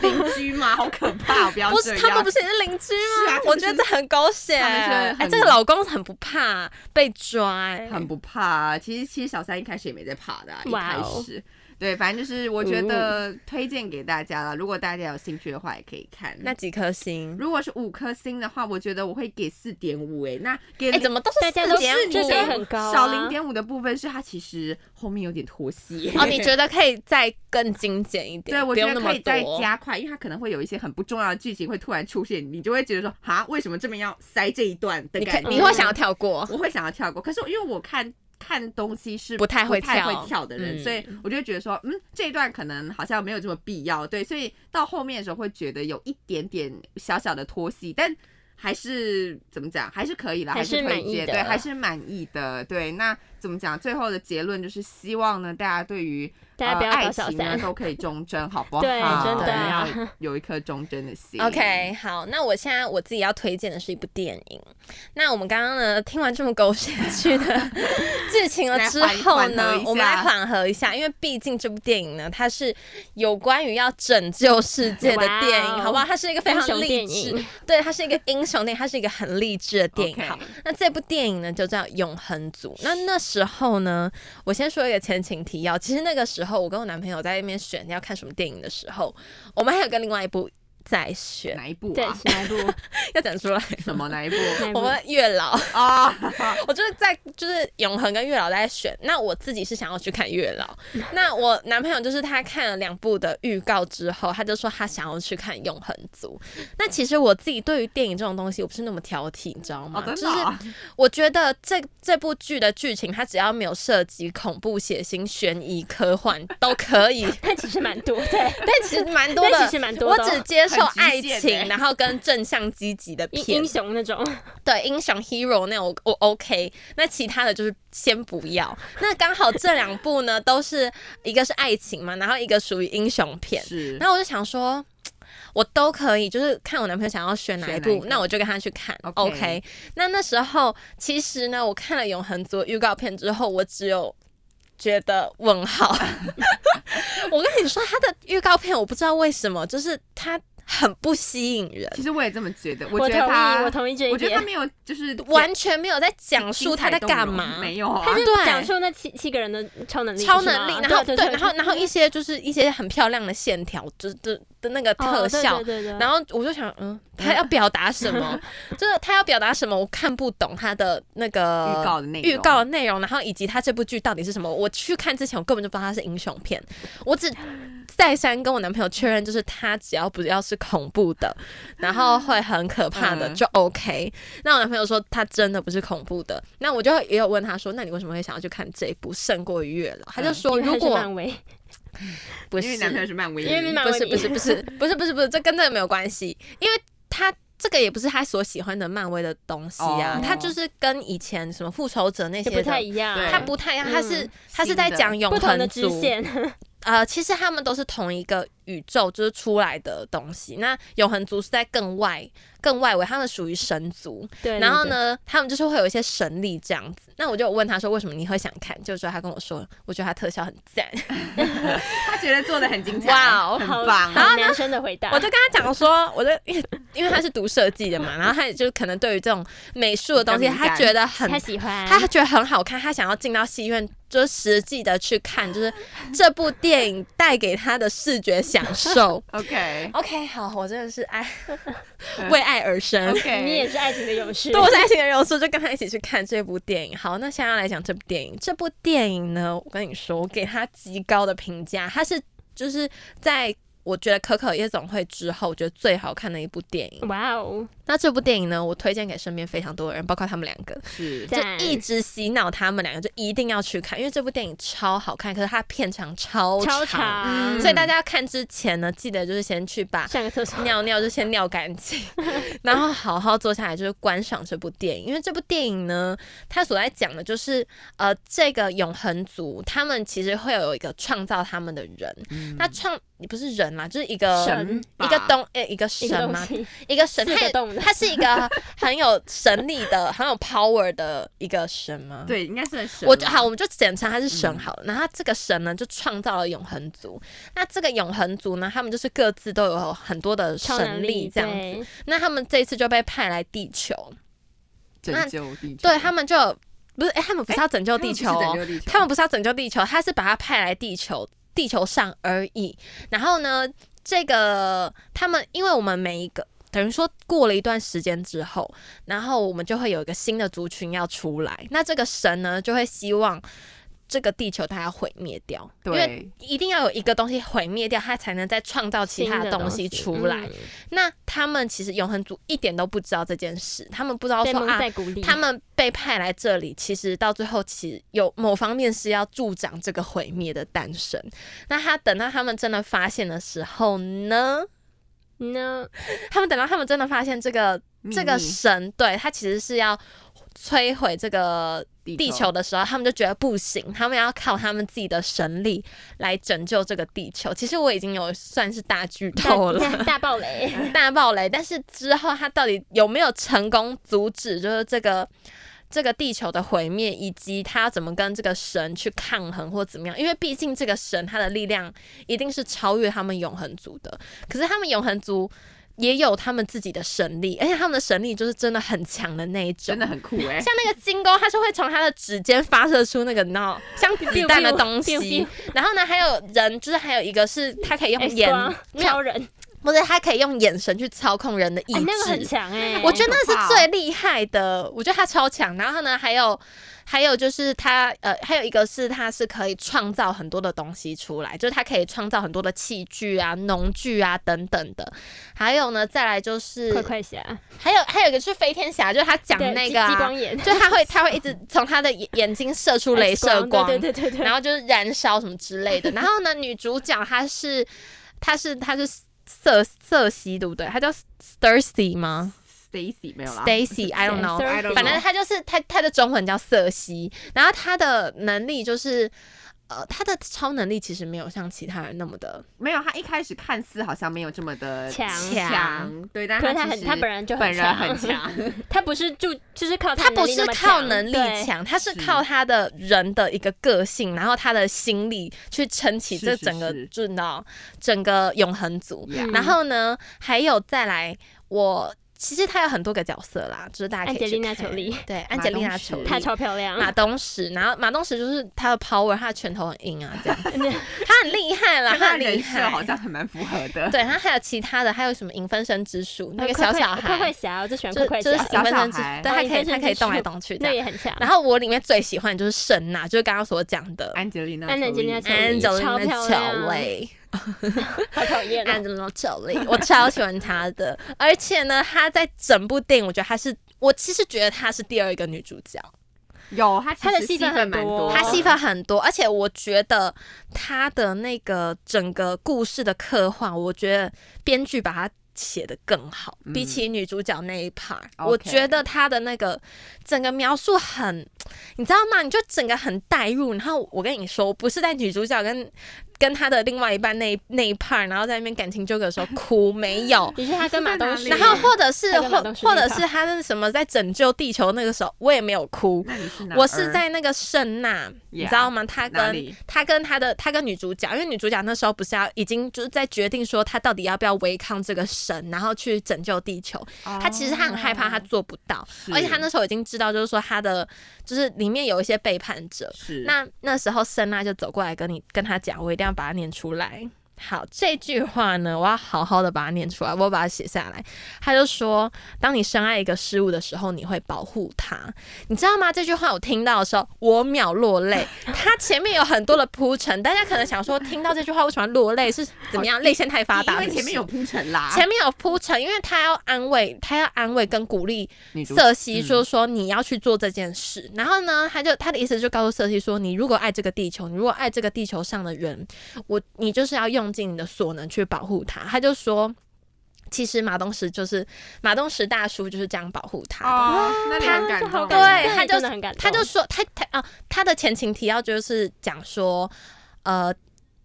[SPEAKER 2] 邻居嘛？好可怕，不要
[SPEAKER 1] 不
[SPEAKER 2] 这
[SPEAKER 1] 是，
[SPEAKER 2] 样。
[SPEAKER 1] 他们不是也是邻居
[SPEAKER 2] 是
[SPEAKER 1] 吗
[SPEAKER 2] 啊？他们
[SPEAKER 1] 我觉得这很狗血。
[SPEAKER 2] 他们是
[SPEAKER 1] 哎，
[SPEAKER 2] 很
[SPEAKER 1] 这个老公很不怕被抓，哎
[SPEAKER 2] 很不怕、啊。其实其实小三一开始也没在怕的、啊，一
[SPEAKER 3] 哇
[SPEAKER 2] 开
[SPEAKER 3] 哦
[SPEAKER 2] 始。对，反正就是我觉
[SPEAKER 1] 嗯
[SPEAKER 2] 得推荐给大家啦，如果大家有兴趣的话，也可以看。
[SPEAKER 1] 那几颗星？
[SPEAKER 2] 如果是五颗星的话，我觉得我会给四点五哎，那给
[SPEAKER 1] 哎，怎
[SPEAKER 2] 么
[SPEAKER 1] 么都是
[SPEAKER 3] 大家
[SPEAKER 1] 四
[SPEAKER 3] 都
[SPEAKER 1] 点
[SPEAKER 3] 是这
[SPEAKER 2] 给
[SPEAKER 3] 谁
[SPEAKER 1] 五？
[SPEAKER 3] 很高啊
[SPEAKER 2] 少零点五的部分是它其实后面有点拖戏。
[SPEAKER 1] 哦，你觉得可以再更精简一点？
[SPEAKER 2] 对，我
[SPEAKER 1] 不
[SPEAKER 2] 觉
[SPEAKER 1] 用
[SPEAKER 2] 得
[SPEAKER 1] 那
[SPEAKER 2] 可
[SPEAKER 1] 么
[SPEAKER 2] 以再
[SPEAKER 1] 多。
[SPEAKER 2] 加快，因为它可能会有一些很不重要的剧情会突然出现，你就会觉得说，哈，为什么这边要塞这一段的
[SPEAKER 1] 你可
[SPEAKER 2] 感觉？
[SPEAKER 1] 你会想要跳过？
[SPEAKER 2] 我会想要跳过，可是因为我看看东西是
[SPEAKER 1] 不太会
[SPEAKER 2] 不太
[SPEAKER 1] 跳
[SPEAKER 2] 会跳的人，
[SPEAKER 1] 嗯
[SPEAKER 2] 所以我就会觉得说，嗯，这一段可能好像没有这么必要，对，所以到后面的时候会觉得有一点点小小的拖戏，但。还是怎么讲，还是可以啦，还
[SPEAKER 3] 还是
[SPEAKER 2] 推
[SPEAKER 3] 满意
[SPEAKER 2] 荐，
[SPEAKER 3] 的
[SPEAKER 2] 对，还是满意的，对。那怎么讲？最后的结论就是希望呢，大家对于
[SPEAKER 3] 大家不要
[SPEAKER 2] 呃、爱
[SPEAKER 3] 搞小
[SPEAKER 2] 情呢
[SPEAKER 3] 三
[SPEAKER 2] 都可以忠贞，好 不好？
[SPEAKER 3] 对真
[SPEAKER 1] 的
[SPEAKER 2] 对 要有一颗忠贞的心。
[SPEAKER 1] OK，好，那我现在我自己要推荐的是一部电影。那我们刚刚呢，听完这么狗血剧的剧情了
[SPEAKER 2] 来
[SPEAKER 1] 之
[SPEAKER 2] 缓
[SPEAKER 1] 后
[SPEAKER 2] 缓和
[SPEAKER 1] 呢
[SPEAKER 2] 一，
[SPEAKER 1] 我们来
[SPEAKER 2] 下
[SPEAKER 1] 缓和一下，因为毕竟这部电影呢，它是有关于要拯救世界的
[SPEAKER 3] 哇
[SPEAKER 1] 电影，好不好？
[SPEAKER 3] 哦
[SPEAKER 1] 它是一个非
[SPEAKER 3] 英
[SPEAKER 1] 常
[SPEAKER 3] 雄
[SPEAKER 1] 励
[SPEAKER 3] 电
[SPEAKER 1] 志
[SPEAKER 3] 影，
[SPEAKER 1] 对，它是一个英雄电影，它是一个很励志的电影。
[SPEAKER 2] OK
[SPEAKER 1] 好，那这部电影呢，就叫《永恒族》。那那时候呢，我先说一个前情提要。其实那个时候，我跟我男朋友在那边选要看什么电影的时候，我们还有跟另外一部在选，
[SPEAKER 2] 哪一部
[SPEAKER 3] 对，
[SPEAKER 2] 啊？
[SPEAKER 3] 是哪一部？
[SPEAKER 1] 要讲出来。
[SPEAKER 2] 什么 哪一部？
[SPEAKER 3] 哪一部
[SPEAKER 1] 我们月 老，
[SPEAKER 2] 啊、
[SPEAKER 1] 我就是在就是永恒跟月老在选。那我自己是想要去看月老，那我男朋友就是他看了两部的预告之后，他就说他想要去看永恒族。那其实我自己对于电影这种东西，我不是那么挑剔，你知道吗？
[SPEAKER 2] 哦，真
[SPEAKER 1] 就
[SPEAKER 2] 的
[SPEAKER 1] 是
[SPEAKER 2] 啊、
[SPEAKER 1] 我觉得这这部剧的剧情，它只要没有涉及恐怖、血腥、悬疑、科幻都可 以，
[SPEAKER 3] 但其实蛮多，对，
[SPEAKER 1] 但其实蛮多
[SPEAKER 3] 但
[SPEAKER 1] 的
[SPEAKER 3] 其。实蛮多
[SPEAKER 1] 我
[SPEAKER 3] 的哦，
[SPEAKER 1] 只接受爱
[SPEAKER 2] 很极限
[SPEAKER 1] 情，
[SPEAKER 2] 欸
[SPEAKER 1] 然后跟正向积极的
[SPEAKER 3] 英
[SPEAKER 1] 片
[SPEAKER 3] 英，雄那种，
[SPEAKER 1] 对英雄 hero 那种我 OK，那其他的就是先不要。那刚好这两部呢，都是一个是爱情嘛，然后一个属于英雄片，
[SPEAKER 2] 是
[SPEAKER 1] 然后我就想说，我都可以，就是看我男朋友想要选哪一
[SPEAKER 2] 选哪一
[SPEAKER 1] 部，
[SPEAKER 2] 个
[SPEAKER 1] 那我就跟他去看。
[SPEAKER 2] OK
[SPEAKER 1] 那那时候其实呢，我看了《永恒族》预告片之后，我只有。觉得问号， 我跟你说，他的预告片我不知道为什么，就是他很不吸引人，
[SPEAKER 2] 其实我也这么觉得，
[SPEAKER 3] 我
[SPEAKER 2] 觉得
[SPEAKER 3] 同
[SPEAKER 2] 他，
[SPEAKER 3] 意，我同意这一
[SPEAKER 2] 我觉得他
[SPEAKER 3] 点。
[SPEAKER 2] 没有就是
[SPEAKER 1] 完全没有在讲述
[SPEAKER 2] 精
[SPEAKER 1] 他
[SPEAKER 2] 彩
[SPEAKER 1] 在
[SPEAKER 2] 动容
[SPEAKER 1] 干嘛，
[SPEAKER 2] 没有啊
[SPEAKER 3] 他。就
[SPEAKER 1] 对
[SPEAKER 3] 讲述那七七个人的超能力，
[SPEAKER 1] 超
[SPEAKER 3] 是吗
[SPEAKER 1] 能力，然后
[SPEAKER 3] 对，
[SPEAKER 1] 然后然后一些就是一些很漂亮的线条，就是的的那个特
[SPEAKER 3] 哦对
[SPEAKER 1] 效
[SPEAKER 3] 对，对对
[SPEAKER 1] 然后我就想，嗯，他要表达什 么？就是他要表达什么？我看不懂他的那个
[SPEAKER 2] 预告的内容
[SPEAKER 1] 预告的内容，然后以及他这部剧到底是什么？我去看之前，我根本就不知道它是英雄片，我只再三跟我男朋友确认，就是他只要不要是恐怖 的，然后会很可怕的
[SPEAKER 2] 嗯
[SPEAKER 1] 就 OK。那我男朋友说他真的不是恐怖的，那我就也有问他说，那你为什么会想要去看这一部胜过于月老？他就
[SPEAKER 2] 嗯
[SPEAKER 1] 说，
[SPEAKER 3] 因为他
[SPEAKER 1] 如
[SPEAKER 3] 是
[SPEAKER 1] 果
[SPEAKER 3] 漫威，
[SPEAKER 1] 不是
[SPEAKER 2] 因为男朋友是漫威迷，
[SPEAKER 3] 因为漫
[SPEAKER 1] 不
[SPEAKER 3] 威
[SPEAKER 1] 是
[SPEAKER 3] 迷
[SPEAKER 1] 不是不 是不是不是不是，这跟这个没有关系，因为他这个也不是他所喜欢的漫威的东西啊，
[SPEAKER 2] 哦
[SPEAKER 1] 他就是跟以前什么复仇者那
[SPEAKER 3] 也
[SPEAKER 1] 些
[SPEAKER 3] 不太
[SPEAKER 1] 的。
[SPEAKER 3] 一样，
[SPEAKER 2] 对
[SPEAKER 1] 他不太一样，
[SPEAKER 3] 嗯
[SPEAKER 1] 他是、他是
[SPEAKER 2] 新
[SPEAKER 1] 在
[SPEAKER 2] 的
[SPEAKER 1] 讲永
[SPEAKER 3] 不同的
[SPEAKER 1] 恒
[SPEAKER 3] 支
[SPEAKER 1] 族，
[SPEAKER 3] 线，
[SPEAKER 1] 呃，其实他们都是同一个宇宙就是出来的东西。那永恒族是在更外更外围，他们属于神族。
[SPEAKER 3] 对。
[SPEAKER 1] 然后
[SPEAKER 3] 对？
[SPEAKER 1] 呢，他们就是会有一些神力这样子。那我就有问他说，为什么你会想看？就是说他跟我说，我觉得他特效很赞。
[SPEAKER 2] 他觉得做的很精彩，
[SPEAKER 1] 哇哦
[SPEAKER 2] 很
[SPEAKER 3] 好
[SPEAKER 2] 棒。
[SPEAKER 3] 好男生的回答，
[SPEAKER 1] 我就跟他讲说， 我就因为因为他是读设计的 嘛，然后他也就可能对于这种美术的东西，
[SPEAKER 2] 比较敏感。
[SPEAKER 1] 他觉得很
[SPEAKER 3] 他。喜欢，
[SPEAKER 1] 他觉得很好看，他想要进到戏院，就是实际的去 看，就是这部电影带给他的视觉享受
[SPEAKER 2] OK
[SPEAKER 1] OK，好，我真的是爱 为爱而生，
[SPEAKER 2] OK，
[SPEAKER 3] 你也是爱情的 勇 士，
[SPEAKER 1] 对我是爱情的柔术，就跟他一起去看这部电影。好，那现在来讲这部电影，这部电影呢，我跟你说，我给他极高的评价，它是就是在我觉得《可可夜总会》之后，我觉得最好看的一部电影。
[SPEAKER 3] 哇哦，
[SPEAKER 1] 那这部电影呢，我推荐给身边非常多的人，包括他们两个，
[SPEAKER 2] 是
[SPEAKER 1] 就
[SPEAKER 3] 赞
[SPEAKER 1] 一直洗脑他们两个，就一定要去看，因为这部电影超好看，可是它片长超
[SPEAKER 3] 超长，
[SPEAKER 2] 嗯
[SPEAKER 1] 所以大家看之前呢，记得就是先去把
[SPEAKER 3] 上个厕所，
[SPEAKER 1] 尿尿就先尿干 净，然后好好坐下来就是观赏这部电影。因为这部电影呢，它所在讲的就是呃，这个永恒族他们其实会有一个创造他们的人，
[SPEAKER 3] 嗯
[SPEAKER 1] 那创也不是人啦，就是一个
[SPEAKER 2] 神吧
[SPEAKER 1] 一个东诶、一个
[SPEAKER 3] 一个
[SPEAKER 1] 神
[SPEAKER 3] 东
[SPEAKER 1] 嘛，
[SPEAKER 3] 西，
[SPEAKER 1] 一个神，
[SPEAKER 3] 四
[SPEAKER 1] 它
[SPEAKER 3] 个 洞的
[SPEAKER 1] 它是一个很有神力的、很有 power 的一个神吗？。
[SPEAKER 2] 对，应该是很神嗯
[SPEAKER 1] 我
[SPEAKER 2] 啦
[SPEAKER 1] 就好，我们就简称他是神好了。然后他这个神呢，就创造了永恒族。那这个永恒族呢，他们就是各自都有很多的
[SPEAKER 3] 超能
[SPEAKER 1] 神力这样子。
[SPEAKER 3] 对
[SPEAKER 1] 那他们这一次就被派来地球，那
[SPEAKER 2] 拯救地球，
[SPEAKER 1] 对他们就有不是哎、他们不是要拯救地球
[SPEAKER 2] 他们不
[SPEAKER 1] 哦
[SPEAKER 2] 是拯，救地球，
[SPEAKER 1] 他们不是要拯救地球，他是把他派来地球地球上而已。然后呢，这个他们因为我们每一个。等于说过了一段时间之后，然后我们就会有一个新的族群要出来。那这个神呢，就会希望这个地球它要毁灭掉，因为
[SPEAKER 2] 对
[SPEAKER 1] 一定要有一个东西毁灭掉，它才能再创造其他
[SPEAKER 3] 新的
[SPEAKER 1] 东
[SPEAKER 3] 西
[SPEAKER 1] 西
[SPEAKER 3] 嗯
[SPEAKER 1] 出来。，那他们其实永恒族一点都不知道这件事，他们不知道
[SPEAKER 3] 被
[SPEAKER 1] 说
[SPEAKER 3] 蒙
[SPEAKER 1] 啊，
[SPEAKER 3] 在鼓里，
[SPEAKER 1] 他们被派来这里，其实到最后其实有某方面是要助长这个毁灭的诞生。那他等到他们真的发现的时候呢？
[SPEAKER 3] 呢，
[SPEAKER 1] 他们等到他们真的发现这个
[SPEAKER 2] 秘
[SPEAKER 1] 这个
[SPEAKER 2] 密
[SPEAKER 1] 神，对他其实是要摧毁这个地
[SPEAKER 2] 地
[SPEAKER 1] 球的时候，他们就觉得不行，他们要靠他们自己的神力来拯救这个地球。其实我已经有算是大剧透了。
[SPEAKER 3] 大大暴雷，
[SPEAKER 1] 大爆雷，但是之后他到底有没有成功阻止，就是这个这个地球的毁灭，以及他要怎么跟这个神去抗衡或怎么样？因为毕竟这个神他的力量一定是超越他们永恒族的，可是他们永恒族。也有他们自己的神力，而且他们的神力就是真的很强的那一种
[SPEAKER 2] 真。的很酷 哎、
[SPEAKER 1] 像那个金钩，它是会从它的指尖发射出那个你知道像子弹的东
[SPEAKER 3] biu biu
[SPEAKER 1] 西。然后呢，还有人，就是还有一个是它 可以用
[SPEAKER 3] X
[SPEAKER 1] 眼
[SPEAKER 3] 光，
[SPEAKER 1] 没有
[SPEAKER 3] 超人，
[SPEAKER 1] 不是，他可以用眼神去操控人的意
[SPEAKER 3] 哎，
[SPEAKER 1] 志。
[SPEAKER 3] 那个很强哎，
[SPEAKER 1] 我觉得那
[SPEAKER 2] 可
[SPEAKER 1] 是
[SPEAKER 2] 怕
[SPEAKER 1] 最厉害的，我觉得他超强。然后呢，还有还有就是他呃，还有一个是他是可以创造很多的东西出来，就是他可以创造很多的器具啊、农具啊等等的。还有呢，再来就是
[SPEAKER 3] 快快侠，
[SPEAKER 1] 还有还有一个是飞天侠，就是他讲
[SPEAKER 3] 对
[SPEAKER 1] 那
[SPEAKER 3] 激
[SPEAKER 1] 个、
[SPEAKER 3] 激
[SPEAKER 1] 啊
[SPEAKER 3] 光，眼，
[SPEAKER 1] 就他会他会一直从他的眼眼睛射出镭
[SPEAKER 3] X
[SPEAKER 1] 射光，
[SPEAKER 3] 对对对 对对，
[SPEAKER 1] 然后就是燃烧什么之类的。然后呢，女主角她是她是她是瑟瑟西，对不对？她叫 Stacy 吗
[SPEAKER 2] Stacy 没有啦
[SPEAKER 1] ？Stacy，I don't know。
[SPEAKER 2] I don't know
[SPEAKER 1] 反正她就是她她的中文叫瑟西，然后她的能力就是。呃，她的超能力其实没有像其他人那么的，
[SPEAKER 2] 没有，他一开始看似好像没有这么的
[SPEAKER 3] 强
[SPEAKER 1] 强
[SPEAKER 2] 强，对，但
[SPEAKER 3] 可是
[SPEAKER 2] 他
[SPEAKER 3] 他很
[SPEAKER 2] 其实
[SPEAKER 3] 他本人就
[SPEAKER 2] 本人很
[SPEAKER 3] 很
[SPEAKER 2] 强，
[SPEAKER 3] 他不是就就是靠
[SPEAKER 1] 她不
[SPEAKER 3] 能力
[SPEAKER 1] 是
[SPEAKER 3] 那么
[SPEAKER 1] 靠能力
[SPEAKER 3] 对
[SPEAKER 1] 强，啊她是
[SPEAKER 2] 是
[SPEAKER 1] 靠她的人的一个个性，然后她的心力去撑起
[SPEAKER 2] 是
[SPEAKER 1] 这
[SPEAKER 2] 是
[SPEAKER 1] 整个，
[SPEAKER 2] 是
[SPEAKER 1] 就你知道整个永恒族。
[SPEAKER 3] 嗯
[SPEAKER 2] Yeah
[SPEAKER 1] 然后呢，还有再来，我其实他有很多个角色啦，就是大家可以去看
[SPEAKER 3] 安吉丽娜裘丽，
[SPEAKER 1] 对，安吉丽娜
[SPEAKER 2] 马东石
[SPEAKER 1] 裘丽，
[SPEAKER 3] 她超漂亮，
[SPEAKER 1] 马东石，然后马东石就是他的 power，他的拳头很硬啊， 这样，他很厉害 啦，
[SPEAKER 2] 跟他
[SPEAKER 1] 很厉
[SPEAKER 2] 人设
[SPEAKER 1] 害，
[SPEAKER 2] 好像还蛮符合的。
[SPEAKER 1] 对，他还有其他的，还有什么影分身之术，那
[SPEAKER 3] 呃
[SPEAKER 1] 个小
[SPEAKER 3] 快快
[SPEAKER 1] 小
[SPEAKER 3] 快快
[SPEAKER 1] 孩，
[SPEAKER 3] 侠，我最喜欢
[SPEAKER 1] 就
[SPEAKER 3] 快快
[SPEAKER 1] 就是
[SPEAKER 3] 侠，
[SPEAKER 1] 影分身之
[SPEAKER 2] 小小孩
[SPEAKER 1] 对，他
[SPEAKER 3] 哦
[SPEAKER 1] 可以
[SPEAKER 3] 影分身
[SPEAKER 1] 他可以
[SPEAKER 3] 之
[SPEAKER 1] 动来
[SPEAKER 3] 术
[SPEAKER 1] 动去这
[SPEAKER 3] 那
[SPEAKER 1] 样。
[SPEAKER 3] 也很强。
[SPEAKER 1] 然后我里面最喜欢的就是神呐、就是刚刚所讲的
[SPEAKER 2] 安吉丽娜，
[SPEAKER 3] 安吉丽娜裘
[SPEAKER 1] 安
[SPEAKER 3] 丽
[SPEAKER 1] 吉丽
[SPEAKER 3] 超
[SPEAKER 1] 娜
[SPEAKER 3] 漂
[SPEAKER 1] 裘
[SPEAKER 3] 亮
[SPEAKER 1] 丽。
[SPEAKER 3] 好讨厌
[SPEAKER 1] 安
[SPEAKER 3] 哦，
[SPEAKER 1] 吉丽娜·裘丽，我超喜欢她的，而且呢，她在整部电影，我觉得她是，我其实觉得她是第二个女主角，
[SPEAKER 2] 有她
[SPEAKER 3] 她的戏
[SPEAKER 2] 戏
[SPEAKER 3] 份
[SPEAKER 2] 份蛮
[SPEAKER 3] 很
[SPEAKER 2] 多
[SPEAKER 3] 多
[SPEAKER 2] 的，
[SPEAKER 1] 她戏份很多，而且我觉得她的那个整个故事的刻画，我觉得编剧把它写得更好，
[SPEAKER 2] 嗯
[SPEAKER 1] 比起女主角那一 part，、
[SPEAKER 2] OK
[SPEAKER 1] 我觉得她的那个整个描述很，你知道吗？你就整个很带入，然后我跟你说，我不是在女主角跟。跟她的另外一半那一那一 part，然后在那边感情纠葛的时候哭，没有，
[SPEAKER 3] 你是他跟马东石，
[SPEAKER 1] 然后或者是
[SPEAKER 3] 他跟马
[SPEAKER 1] 或
[SPEAKER 3] 东石
[SPEAKER 1] 或者
[SPEAKER 3] 那
[SPEAKER 1] 是
[SPEAKER 3] 一
[SPEAKER 1] 他是什么在拯救地球那个时候，我也没有哭。
[SPEAKER 2] 那你是哪儿？
[SPEAKER 1] 我是在那个圣娜你知道吗？他
[SPEAKER 2] 哪
[SPEAKER 1] 跟
[SPEAKER 2] 里？
[SPEAKER 1] 他跟他的他跟女主角，因为女主角那时候不是要已经就是在决定说她到底要不要违抗这个神，然后去拯救地球。她其实她
[SPEAKER 2] 哦
[SPEAKER 1] 很害怕，她做不到，
[SPEAKER 2] 是
[SPEAKER 1] 而且她那时候已经知道，就是说她的就是里面有一些背叛者。
[SPEAKER 2] 是
[SPEAKER 1] 那那时候圣娜就走过来跟你跟他讲，我一定要把它念出来。好，这句话呢，我要好好的把它念出来，我把它写下来。他就说，当你深爱一个事物的时候，你会保护它，你知道吗？这句话我听到的时候，我秒落 泪。它前面有很多的铺陈，大家可能想说，听到这句话为什么要落泪？是怎么样？泪腺太发达？
[SPEAKER 2] 因为前面有铺陈啦，
[SPEAKER 1] 前面有铺陈，因为他要安慰，他要安慰跟鼓励
[SPEAKER 2] 女主
[SPEAKER 1] 瑟西说说你要去做这件事，然后呢，他就他的意思就告诉瑟西说，你如果爱这个地球，你如果爱这个地球上的人，我你就是要用尽你的所能去保护他。他就说，其实马东石就是马东石大叔就是这样保护他的。
[SPEAKER 2] 哦，那你很
[SPEAKER 3] 啊
[SPEAKER 2] 感
[SPEAKER 3] 这好
[SPEAKER 2] 动，
[SPEAKER 3] 感
[SPEAKER 1] 对
[SPEAKER 3] 动
[SPEAKER 1] 他
[SPEAKER 3] 你
[SPEAKER 1] 就
[SPEAKER 3] 真的很感动，
[SPEAKER 1] 他就说他他啊，他的前情提要就是讲说，呃，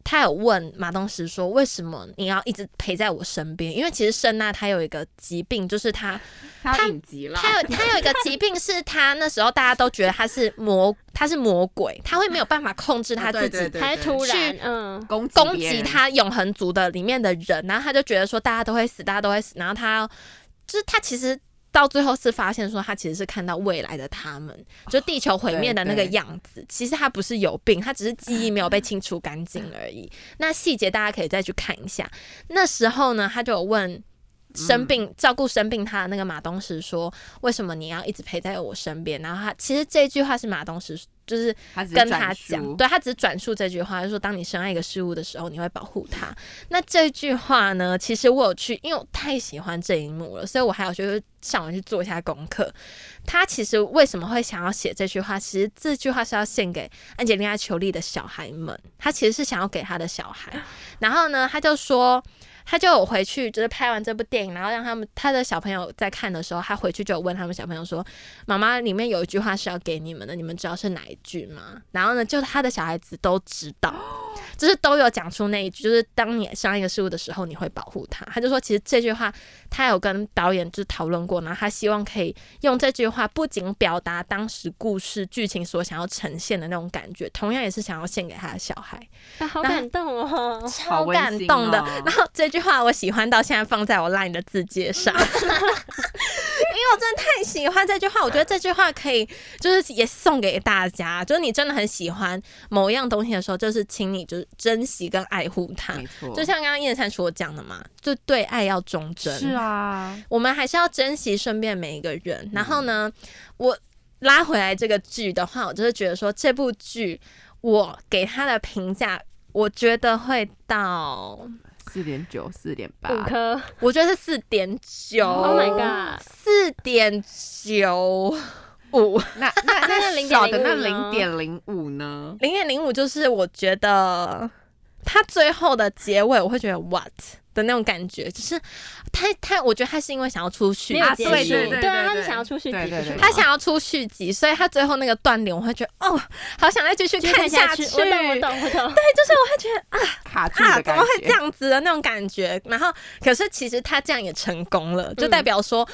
[SPEAKER 1] 他有问马东石说，为什么你要一直陪在我身边？因为其实申娜她有一个疾病，就是她
[SPEAKER 2] 他
[SPEAKER 1] 他
[SPEAKER 2] 要隐疾啦，
[SPEAKER 1] 她有她有一个疾病，是她那时候大家都觉得她是魔，她是魔鬼，她会没有办法控制她
[SPEAKER 2] 哦
[SPEAKER 1] 自
[SPEAKER 2] 对
[SPEAKER 1] 己。
[SPEAKER 2] 对对
[SPEAKER 3] 还
[SPEAKER 2] 对
[SPEAKER 3] 突然
[SPEAKER 1] 去
[SPEAKER 3] 嗯，
[SPEAKER 2] 攻击
[SPEAKER 1] 攻
[SPEAKER 2] 别
[SPEAKER 1] 击
[SPEAKER 2] 人，
[SPEAKER 1] 他永恒族的里面的人，然后他就觉得说大家都会死，大家都会死，然后他就是他其实到最后是发现说他其实是看到未来的他们，就地球毁灭的那个样子。其实他不是有病，他只是记忆没有被清除干净而已。那细节大家可以再去看一下。那时候呢，他就有问。生
[SPEAKER 2] 嗯
[SPEAKER 1] 病照顾生病他的那个马东石说：“为什么你要一直陪在我身边？”然后他其实这句话是马东石，就是
[SPEAKER 2] 他只是
[SPEAKER 1] 跟他
[SPEAKER 2] 转述
[SPEAKER 1] 讲，对他只是转述这句话，就说当你深爱一个事物的时候，你会保护它。那这句话呢，其实我有去，因为我太喜欢这一幕了，所以我还有去上网去做一下功课。他其实为什么会想要写这句话？其实这句话是要献给安吉丽娜·裘丽的小孩们，他其实是想要给他的小孩。然后呢，他就说。他就有回去，就是拍完这部电影，然后让他们他的小朋友在看的时候，他回去就有问他们小朋友说：“妈妈，里面有一句话是要给你们的，你们知道是哪一句吗？”然后呢，就他的小孩子都知道，就是都有讲出那一句，就是当你上一个事物的时候，你会保护他。他就说，其实这句话他有跟导演就是讨论过，然后他希望可以用这句话不仅表达当时故事剧情所想要呈现的那种感觉，同样也是想要献给他的小孩。
[SPEAKER 3] 啊好
[SPEAKER 1] 然后
[SPEAKER 3] 感动哦，
[SPEAKER 2] 好
[SPEAKER 1] 超
[SPEAKER 2] 温
[SPEAKER 1] 感
[SPEAKER 2] 馨
[SPEAKER 1] 动的。
[SPEAKER 2] 哦
[SPEAKER 1] 然后这句话我喜欢到现在放在我 LINE 的字界 上，因为我真的太喜欢这句话。我觉得这句话可以就是也送给大家，就是你真的很喜欢某一样东西的时候，就是请你就是珍惜跟爱护它。
[SPEAKER 2] 没错，
[SPEAKER 1] 就像刚刚燕山所讲的嘛，就对爱要忠贞。
[SPEAKER 2] 是啊，嗯
[SPEAKER 1] 我们还是要珍惜身边每一个人。然后呢，我拉回来这个剧的话，我就是觉得说这部剧我给他的评价，我觉得会到，
[SPEAKER 2] 四点九、四点八，
[SPEAKER 3] 五颗
[SPEAKER 1] 我觉得是四点九。
[SPEAKER 3] ，Oh my god，
[SPEAKER 1] 四点九五，
[SPEAKER 2] 那 那
[SPEAKER 3] 那
[SPEAKER 2] 那
[SPEAKER 3] 0.05
[SPEAKER 2] 小的那零
[SPEAKER 3] 呢
[SPEAKER 2] 点零五呢？
[SPEAKER 1] 零点零五就是我觉得他最后的结尾，我会觉得 what 的那种感觉，就是他他，我觉得他是因为想要出续
[SPEAKER 3] 没有
[SPEAKER 2] 啊
[SPEAKER 1] 集
[SPEAKER 3] 结
[SPEAKER 2] 对
[SPEAKER 3] 束，
[SPEAKER 2] 对对
[SPEAKER 3] 啊，
[SPEAKER 2] 对
[SPEAKER 3] 他是
[SPEAKER 2] 对
[SPEAKER 3] 想要出去
[SPEAKER 2] 对
[SPEAKER 3] 集，
[SPEAKER 2] 对
[SPEAKER 3] 不是
[SPEAKER 2] 对
[SPEAKER 3] 吗
[SPEAKER 1] 他想要出续集，所以他最后那个断点，我会觉得哦，好想再继续
[SPEAKER 3] 继续
[SPEAKER 1] 看
[SPEAKER 3] 下
[SPEAKER 1] 去。
[SPEAKER 3] 我懂我 懂我懂，
[SPEAKER 2] 卡住
[SPEAKER 1] 啊，怎
[SPEAKER 2] 的感
[SPEAKER 1] 么会
[SPEAKER 2] 觉，
[SPEAKER 1] 这样子的那种感觉？然后，可是其实他这样也成功了，就代表说。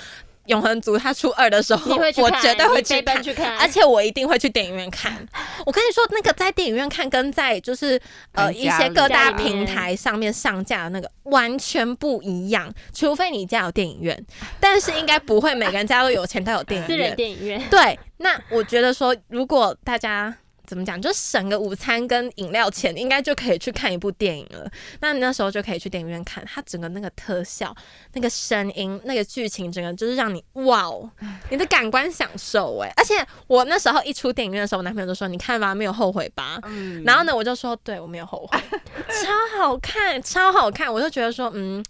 [SPEAKER 1] 永恒族他初二的时候，
[SPEAKER 3] 嗯你会去
[SPEAKER 1] 我
[SPEAKER 3] 看
[SPEAKER 1] 绝对
[SPEAKER 3] 你
[SPEAKER 1] 会
[SPEAKER 3] 飞奔去看
[SPEAKER 1] 而且我一定会去电影院看。我跟你说，那个在电影院看跟在就是呃
[SPEAKER 2] 人
[SPEAKER 1] 一
[SPEAKER 2] 家
[SPEAKER 1] 些各大
[SPEAKER 3] 里面
[SPEAKER 1] 平台上面上架的那个完全不一样，除非你家有电影院，但是应该不会每个人家都有钱都有电影
[SPEAKER 3] 私
[SPEAKER 1] 院
[SPEAKER 3] 人。电 影 院，
[SPEAKER 1] 对，那我觉得说，如果大家怎么讲，就省个午餐跟饮料钱，应该就可以去看一部电影了。那你那时候就可以去电影院看，它整个那个特效、那个声音、那个剧情，整个就是让你哇哦，你的感官享受哎、而且我那时候一出电影院的时候，我男朋友就说：“你看吧，没有后悔 吧。”
[SPEAKER 2] 嗯
[SPEAKER 1] 然后呢，我就说，对我没有后悔， 超好看，超好看，我就觉得说，嗯，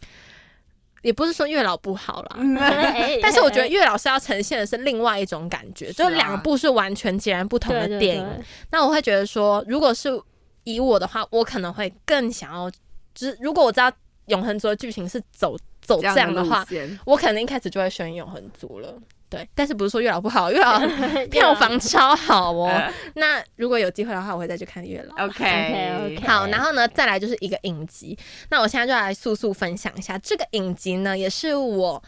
[SPEAKER 1] 也不是说月老不好啦，
[SPEAKER 3] 哎
[SPEAKER 1] 但是我觉得月老是要呈现的是另外一种感觉，
[SPEAKER 2] 是
[SPEAKER 1] 就
[SPEAKER 2] 啊
[SPEAKER 1] 两部是完全截然不同的
[SPEAKER 3] 对对
[SPEAKER 1] 电影。
[SPEAKER 3] 对
[SPEAKER 1] 那我会觉得说，如果是以我的话，我可能会更想要，就是如果我知道永恒族的剧情是走走这样的
[SPEAKER 2] 路
[SPEAKER 1] 话，
[SPEAKER 2] 线
[SPEAKER 1] 我可能一开始就会选永恒族了。对，但是不是说月老不好，月老
[SPEAKER 3] 对啊
[SPEAKER 1] 票房超好哦
[SPEAKER 2] 呃。
[SPEAKER 1] 那如果有机会的话，我会再去看月老。
[SPEAKER 2] ，OK
[SPEAKER 3] OK，OK
[SPEAKER 1] 好，然后呢，再来就是一个影集。那我现在就来速速分享一下这个影集呢，也是我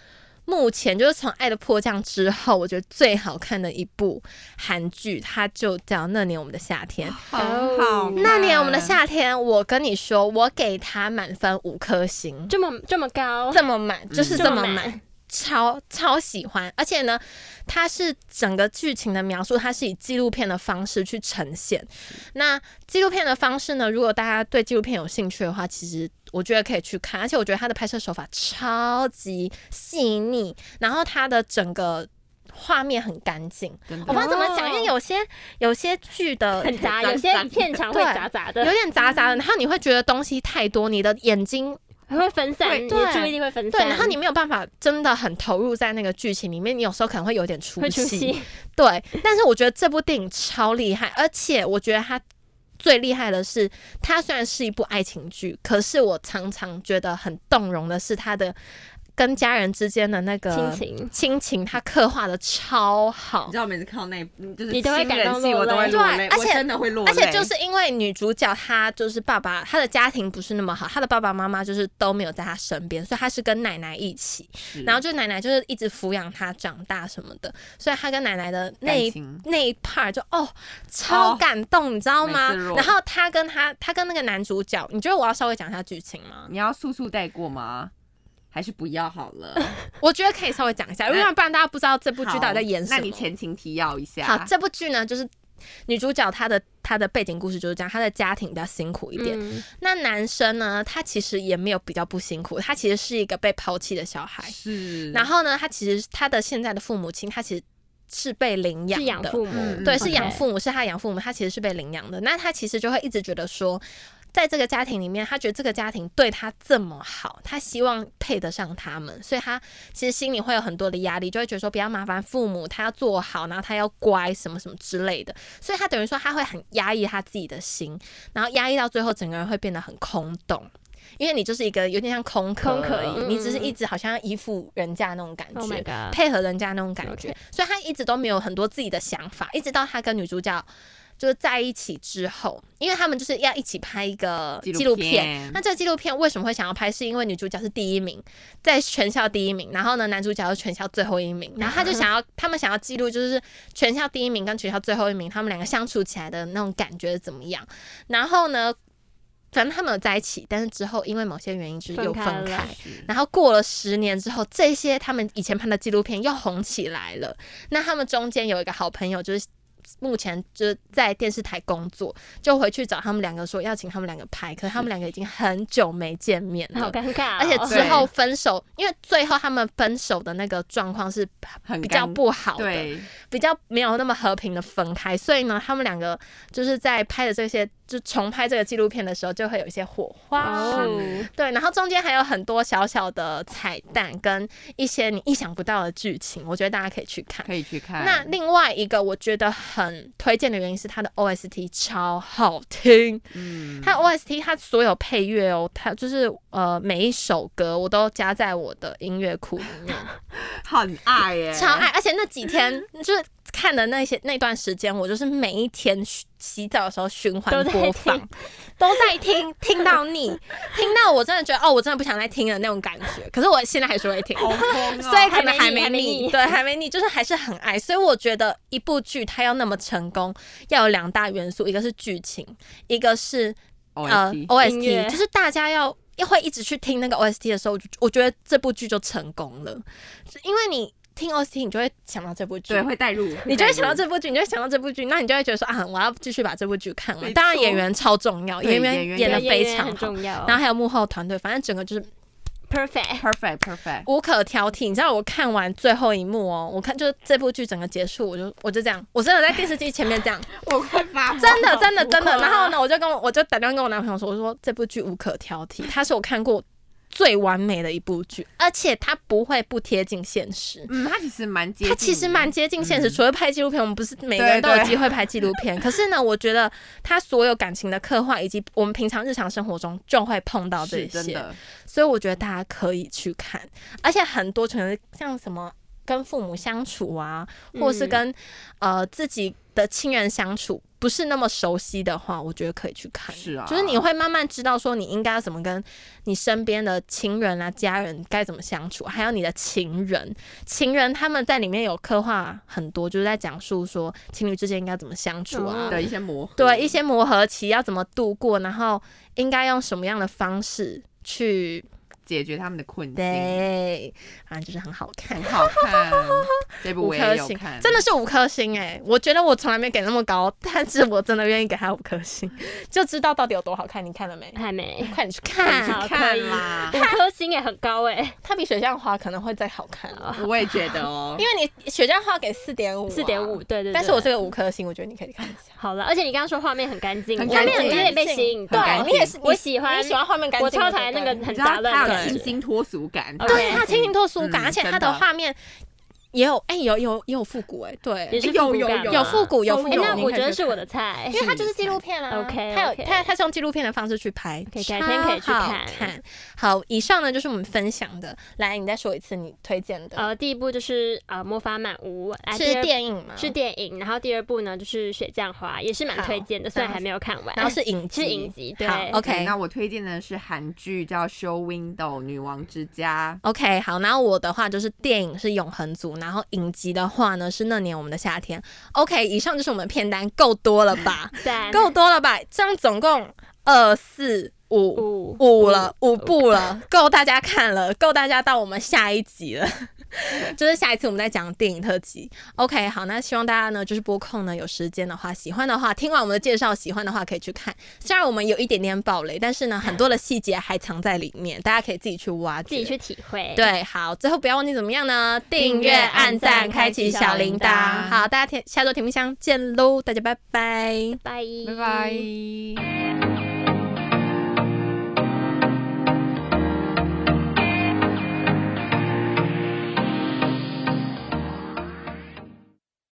[SPEAKER 1] 目前就是从《爱的迫降》之后，我觉得最好看的一部韩剧，它就叫《那年我们的夏天》。
[SPEAKER 2] 很好，
[SPEAKER 1] 那年我们的，夏天，我跟你说，我给它满分五颗星，
[SPEAKER 3] 这么这么 高，
[SPEAKER 1] 这么满，就是
[SPEAKER 3] 嗯
[SPEAKER 1] 这么
[SPEAKER 3] 这么
[SPEAKER 1] 满。
[SPEAKER 3] 满
[SPEAKER 1] 超超喜欢，而且呢，它是整个剧情的描述，它是以纪录片的方式去呈现。那纪录片的方式呢，如果大家对纪录片有兴趣的话，其实我觉得可以去看，而且我觉得它的拍摄手法超级细腻，然后它的整个画面很干净。
[SPEAKER 2] 真
[SPEAKER 1] 我不
[SPEAKER 2] 的
[SPEAKER 1] 知道怎么讲，因为有些有些剧的
[SPEAKER 3] 哦很嗯杂，
[SPEAKER 2] 杂
[SPEAKER 3] 有些片场会
[SPEAKER 1] 对
[SPEAKER 3] 杂杂
[SPEAKER 1] 有
[SPEAKER 3] 的，
[SPEAKER 1] 点杂杂的，然后你会觉得东西太多，你的眼睛
[SPEAKER 3] 会分散，
[SPEAKER 1] 对
[SPEAKER 3] 你的注意力会分
[SPEAKER 1] 对，
[SPEAKER 3] 散。
[SPEAKER 1] 然后你没有办法真的很投入在那个剧情里面，你有时候可能会有点出
[SPEAKER 3] 会出
[SPEAKER 1] 戏。
[SPEAKER 3] 戏，
[SPEAKER 1] 对，但是我觉得这部电影超厉害，而且我觉得它最厉害的是，它虽然是一部爱情剧，可是我常常觉得很动容的是它的跟家人之间的那个
[SPEAKER 3] 亲情
[SPEAKER 1] 亲情，它刻画的超好
[SPEAKER 2] 你知。道每次看到那一部就是
[SPEAKER 3] 你都会
[SPEAKER 2] 亲
[SPEAKER 3] 感
[SPEAKER 2] 人
[SPEAKER 3] 到
[SPEAKER 2] 戏
[SPEAKER 3] 落
[SPEAKER 2] 我都会
[SPEAKER 3] 泪
[SPEAKER 2] 落
[SPEAKER 1] 对啊
[SPEAKER 2] 泪，
[SPEAKER 1] 而
[SPEAKER 2] 我
[SPEAKER 1] 且
[SPEAKER 2] 真的会落泪，
[SPEAKER 1] 而且就是因为女主角她就是爸爸，她的家庭不是那么好，她的爸爸妈妈就是都没有在她身边，所以她是跟奶奶一起。
[SPEAKER 2] 是
[SPEAKER 1] 然后就奶奶就是一直抚养他长大什么的，所以他跟奶奶的那
[SPEAKER 2] 感
[SPEAKER 1] 一
[SPEAKER 2] 情
[SPEAKER 1] 那一 part 就哦超感动，你知道吗
[SPEAKER 2] 每次？落
[SPEAKER 1] 然后他跟他他跟那个男主角，你觉得我要稍微讲一下剧情吗？
[SPEAKER 2] 你要速速带过吗？还是不要好了？
[SPEAKER 1] 我觉得可以稍微讲一下，因为不然大家 不知道这部剧到底在演什么。
[SPEAKER 2] 好那你前情提要一下。
[SPEAKER 1] 好，这部剧呢就是。女主角她的她的背景故事就是这样，她的家庭比较辛苦一点。
[SPEAKER 3] 嗯
[SPEAKER 1] 那男生呢，他其实也没有比较不辛苦，他其实是一个被抛弃的小孩。
[SPEAKER 2] 是，
[SPEAKER 1] 然后呢，他其实他的现在的父母亲，他其实是被领
[SPEAKER 3] 是
[SPEAKER 1] 养
[SPEAKER 3] 养
[SPEAKER 1] 的，
[SPEAKER 3] 父母，
[SPEAKER 2] 嗯
[SPEAKER 1] 对，
[SPEAKER 2] 嗯
[SPEAKER 1] 是养父母，是他养父母，他其实是被领养的。那他其实就会一直觉得说，在这个家庭里面，他觉得这个家庭对他这么好，他希望配得上他们，所以他其实心里会有很多的压力，就会觉得说不要麻烦父母，他要做好，然后他要乖，什么什么之类的。所以他等于说他会很压抑他自己的心，然后压抑到最后，整个人会变得很空洞。因为你就是一个有点像空壳
[SPEAKER 3] 嗯空壳
[SPEAKER 1] 而已，
[SPEAKER 3] 嗯
[SPEAKER 1] 你只是一直好像要依附人家那种感觉。
[SPEAKER 3] ，Oh my god，
[SPEAKER 1] 配合人家那种感觉
[SPEAKER 3] OK
[SPEAKER 1] 所以他一直都没有很多自己的想法，一直到他跟女主角就是在一起之后，因为他们就是要一起拍一个
[SPEAKER 2] 纪
[SPEAKER 1] 纪
[SPEAKER 2] 录
[SPEAKER 1] 录
[SPEAKER 2] 片
[SPEAKER 1] 片。那这个纪录片为什么会想要拍？是因为女主角是第一名，在全校第一名，然后呢，男主角是全校最后一 名，然后他就想要，他们想要记录就是全校第一名跟全校最后一名他们两个相处起来的那种感觉是怎么样。然后呢，反正他们有在一起，但是之后因为某些原因就是又
[SPEAKER 3] 分
[SPEAKER 1] 分
[SPEAKER 3] 开了
[SPEAKER 1] 开。然后过了十年之后，这些他们以前拍的纪录片又红起来了。那他们中间有一个好朋友，就是目前就是在电视台工作，就回去找他们两个说要请他们两个拍，可是他们两个已经很久没见面
[SPEAKER 3] 好
[SPEAKER 1] 了。
[SPEAKER 3] 尴尬哦，
[SPEAKER 1] 而且之后分手，因为最后他们分手的那个状况是
[SPEAKER 2] 很
[SPEAKER 1] 比较
[SPEAKER 2] 尴
[SPEAKER 1] 不好的，
[SPEAKER 2] 对，
[SPEAKER 1] 比较没有那么和平的分开，所以呢，他们两个就是在拍的这些就重拍这个纪录片的时候，就会有一些火花。
[SPEAKER 3] 哦，
[SPEAKER 1] 对，然后中间还有很多小小的彩蛋跟一些你意想不到的剧情，我觉得大家可以去看。
[SPEAKER 2] 可以去看。
[SPEAKER 1] 那另外一个我觉得很推荐的原因是它的 OST 超好听，
[SPEAKER 2] 嗯，
[SPEAKER 1] 它 OST 它所有配乐哦，它就是呃每一首歌我都加在我的音乐库里面，
[SPEAKER 2] 很爱耶，
[SPEAKER 1] 超爱。而且那几 天就是看的那些那段时间，我就是每一天洗洗澡的时候循环
[SPEAKER 3] 都在
[SPEAKER 1] 播放，都在听，听到腻，听到我真的觉得哦，我真的不想再听了那种感觉。可是我现在还是会听。
[SPEAKER 2] 好疯 哦，
[SPEAKER 1] 所以可能
[SPEAKER 3] 还没
[SPEAKER 1] 没
[SPEAKER 3] 腻还没腻
[SPEAKER 1] 对，还没腻，就是还是很爱。所以我觉得一部剧它要那么成功，要有两大元素，一个是剧情，一个是
[SPEAKER 2] 哦
[SPEAKER 1] 呃
[SPEAKER 2] OST
[SPEAKER 1] OST，
[SPEAKER 3] 音乐
[SPEAKER 1] 就是大家要会一直去听那个 OST 的时候，我就我觉得这部剧就成功了，是因为你听 OST，你就会想到这部剧，
[SPEAKER 2] 对会带入，
[SPEAKER 1] 你就会想到
[SPEAKER 2] 带入
[SPEAKER 1] 这部剧，你就会想到这部剧，那你就会觉得说啊，我要继续把这部剧看
[SPEAKER 2] 没
[SPEAKER 1] 完。当然，
[SPEAKER 2] 错
[SPEAKER 1] 演员超重要，
[SPEAKER 2] 对
[SPEAKER 1] 演
[SPEAKER 2] 演员
[SPEAKER 1] 员演的
[SPEAKER 3] 对演
[SPEAKER 1] 非
[SPEAKER 3] 员
[SPEAKER 1] 常
[SPEAKER 3] 很
[SPEAKER 1] 好，
[SPEAKER 3] 重要，
[SPEAKER 1] 然后还有幕后团队，反正整个就是
[SPEAKER 3] perfect，
[SPEAKER 2] perfect perfect，
[SPEAKER 1] 无可挑剔。你知道我看完最后一幕哦，我看就是这部剧整个结束，我就我就这样，我真的在电视机前面这样，
[SPEAKER 2] 我快发 疯
[SPEAKER 1] 真的
[SPEAKER 2] 了
[SPEAKER 1] 真的真的。
[SPEAKER 3] 啊
[SPEAKER 1] 然后呢，我就跟我我就打电话跟我男朋友说，我说这部剧无可挑剔，它是我看过最完美的一部剧，而且它不会不贴近现实。嗯
[SPEAKER 2] 嗯，他其实蛮接近
[SPEAKER 1] 它
[SPEAKER 2] 的，
[SPEAKER 1] 其实蛮接近现实，除了拍纪录片，我们不是每个
[SPEAKER 2] 对
[SPEAKER 1] 人都有
[SPEAKER 2] 对
[SPEAKER 1] 机会拍纪录片。可是呢，我觉得它所有感情的刻画，以及我们平常日常生活中就会碰到这
[SPEAKER 2] 是真
[SPEAKER 1] 些，
[SPEAKER 2] 的，
[SPEAKER 1] 所以我觉得大家可以去看。而且很多可能像什么跟父母相处啊，或是
[SPEAKER 3] 嗯
[SPEAKER 1] 跟、呃自己的亲人相处，不是那么熟悉的话，我觉得可以去看。
[SPEAKER 2] 是啊
[SPEAKER 1] 就是你会慢慢知道说你应该要怎么跟你身边的亲人啊、家人该怎么相处，还有你的情人，情人他们在里面有刻画很多，就是在讲述说情侣之间应该怎么相处啊，
[SPEAKER 3] 嗯
[SPEAKER 2] 的一些磨合，
[SPEAKER 1] 对一些磨合期要怎么度过，然后应该用什么样的方式去
[SPEAKER 2] 解决他们的困境，
[SPEAKER 1] 对，反正就是很好看
[SPEAKER 2] 很。好 看。这部
[SPEAKER 1] 五
[SPEAKER 2] 我
[SPEAKER 1] 颗
[SPEAKER 2] 也有
[SPEAKER 1] 星
[SPEAKER 2] 看，，
[SPEAKER 1] 真的是五颗星哎、我觉得我从来没给那么高，但是我真的愿意给他五颗星， 就知道到底有多好看。你看了没？
[SPEAKER 3] 还没
[SPEAKER 1] 快点去看，
[SPEAKER 3] 好
[SPEAKER 2] 去
[SPEAKER 3] 可
[SPEAKER 2] 看
[SPEAKER 3] 以
[SPEAKER 2] 啦。
[SPEAKER 3] 五颗星也很高哎、
[SPEAKER 1] 它比水象花可能会再好看啊，
[SPEAKER 2] 我也觉得哦
[SPEAKER 1] 因，为你水象花给四点五，啊
[SPEAKER 3] 四点五，，对对对。
[SPEAKER 1] 但是我这个五颗星，我觉得你可以看一下。
[SPEAKER 3] 好了，而且你刚刚说画面很干净，
[SPEAKER 2] 很
[SPEAKER 3] 画面
[SPEAKER 2] 干
[SPEAKER 3] 有
[SPEAKER 2] 净
[SPEAKER 3] 点被吸引到，
[SPEAKER 1] 对你也是，
[SPEAKER 3] 啊我
[SPEAKER 1] 你
[SPEAKER 3] 喜欢
[SPEAKER 1] 你喜欢画面干净，
[SPEAKER 3] 我超讨厌那个
[SPEAKER 2] 你
[SPEAKER 3] 很
[SPEAKER 2] 知道
[SPEAKER 3] 杂乱
[SPEAKER 2] 它
[SPEAKER 3] 的
[SPEAKER 2] 有
[SPEAKER 3] 感
[SPEAKER 2] 清
[SPEAKER 3] 觉。
[SPEAKER 2] 新脱俗感，
[SPEAKER 3] OK
[SPEAKER 1] 对它
[SPEAKER 3] 对
[SPEAKER 1] 清新脱俗感，
[SPEAKER 2] 嗯
[SPEAKER 1] 而且它
[SPEAKER 2] 真的
[SPEAKER 1] 的画面也有哎、有有也有复古哎、对，
[SPEAKER 3] 也是
[SPEAKER 2] 有
[SPEAKER 3] 复古
[SPEAKER 2] 有
[SPEAKER 3] 感
[SPEAKER 2] 有
[SPEAKER 3] 嘛
[SPEAKER 1] 有复古有复古，
[SPEAKER 3] 哎那
[SPEAKER 1] 你
[SPEAKER 3] 我
[SPEAKER 1] 可
[SPEAKER 3] 觉
[SPEAKER 1] 以
[SPEAKER 3] 得
[SPEAKER 1] 去
[SPEAKER 3] 是
[SPEAKER 1] 看
[SPEAKER 3] 我的菜
[SPEAKER 1] 因。为它就是纪录片啊。
[SPEAKER 3] OK，
[SPEAKER 1] 它有
[SPEAKER 3] OK
[SPEAKER 1] 它它是用纪录片的方式去拍，
[SPEAKER 3] 可以
[SPEAKER 1] 超
[SPEAKER 3] 改天可以去
[SPEAKER 1] 好
[SPEAKER 3] 看
[SPEAKER 1] 看。好，以上呢就是我们分享的。来，你再说一次你推荐的，
[SPEAKER 3] 呃，第一部就是呃《魔法满屋》，哎第
[SPEAKER 1] 是
[SPEAKER 3] 二
[SPEAKER 1] 电影吗？
[SPEAKER 3] 是，电影，然后第二部呢就是《雪降花》，也是蛮
[SPEAKER 1] 好
[SPEAKER 3] 推荐的，虽然
[SPEAKER 1] 然后
[SPEAKER 3] 还没有看完。
[SPEAKER 1] 然后是影集，
[SPEAKER 3] 哎是影集，对。
[SPEAKER 1] 好，OK，
[SPEAKER 2] 那我推荐的是韩剧叫《Show Window 女王之家
[SPEAKER 1] OK，好，然后我的话就是电影是《永恒族》，然后影集的话呢是《那年我们的夏天》。OK，以上就是我们的片单，够多了 吧？
[SPEAKER 3] 赞
[SPEAKER 1] 够多了吧？这样总共二四五
[SPEAKER 3] 五
[SPEAKER 1] 五了，五部了，够大家看了，够大家到我们下一集了。 就是下一次我们再讲电影特辑。OK，好，那希望大家呢，就是播控呢有时间的话，喜欢的话，听完我们的介绍，喜欢的话可以去看。虽然我们有一点点暴雷，但是呢，很多的细节还藏在里面，大家可以自己去挖掘，
[SPEAKER 3] 自己去体会。，
[SPEAKER 1] 对，好，最后不要忘记怎么样呢？订阅、
[SPEAKER 3] 阅
[SPEAKER 1] 按
[SPEAKER 3] 按
[SPEAKER 1] 赞、
[SPEAKER 3] 赞
[SPEAKER 1] 开
[SPEAKER 3] 开
[SPEAKER 1] 启
[SPEAKER 3] 启
[SPEAKER 1] 小
[SPEAKER 3] 小
[SPEAKER 1] 铃
[SPEAKER 3] 铃
[SPEAKER 1] 铛。
[SPEAKER 2] 铛
[SPEAKER 1] 好，大家天下周甜蜜香见喽，大家拜拜。
[SPEAKER 3] 拜》，
[SPEAKER 2] 拜拜。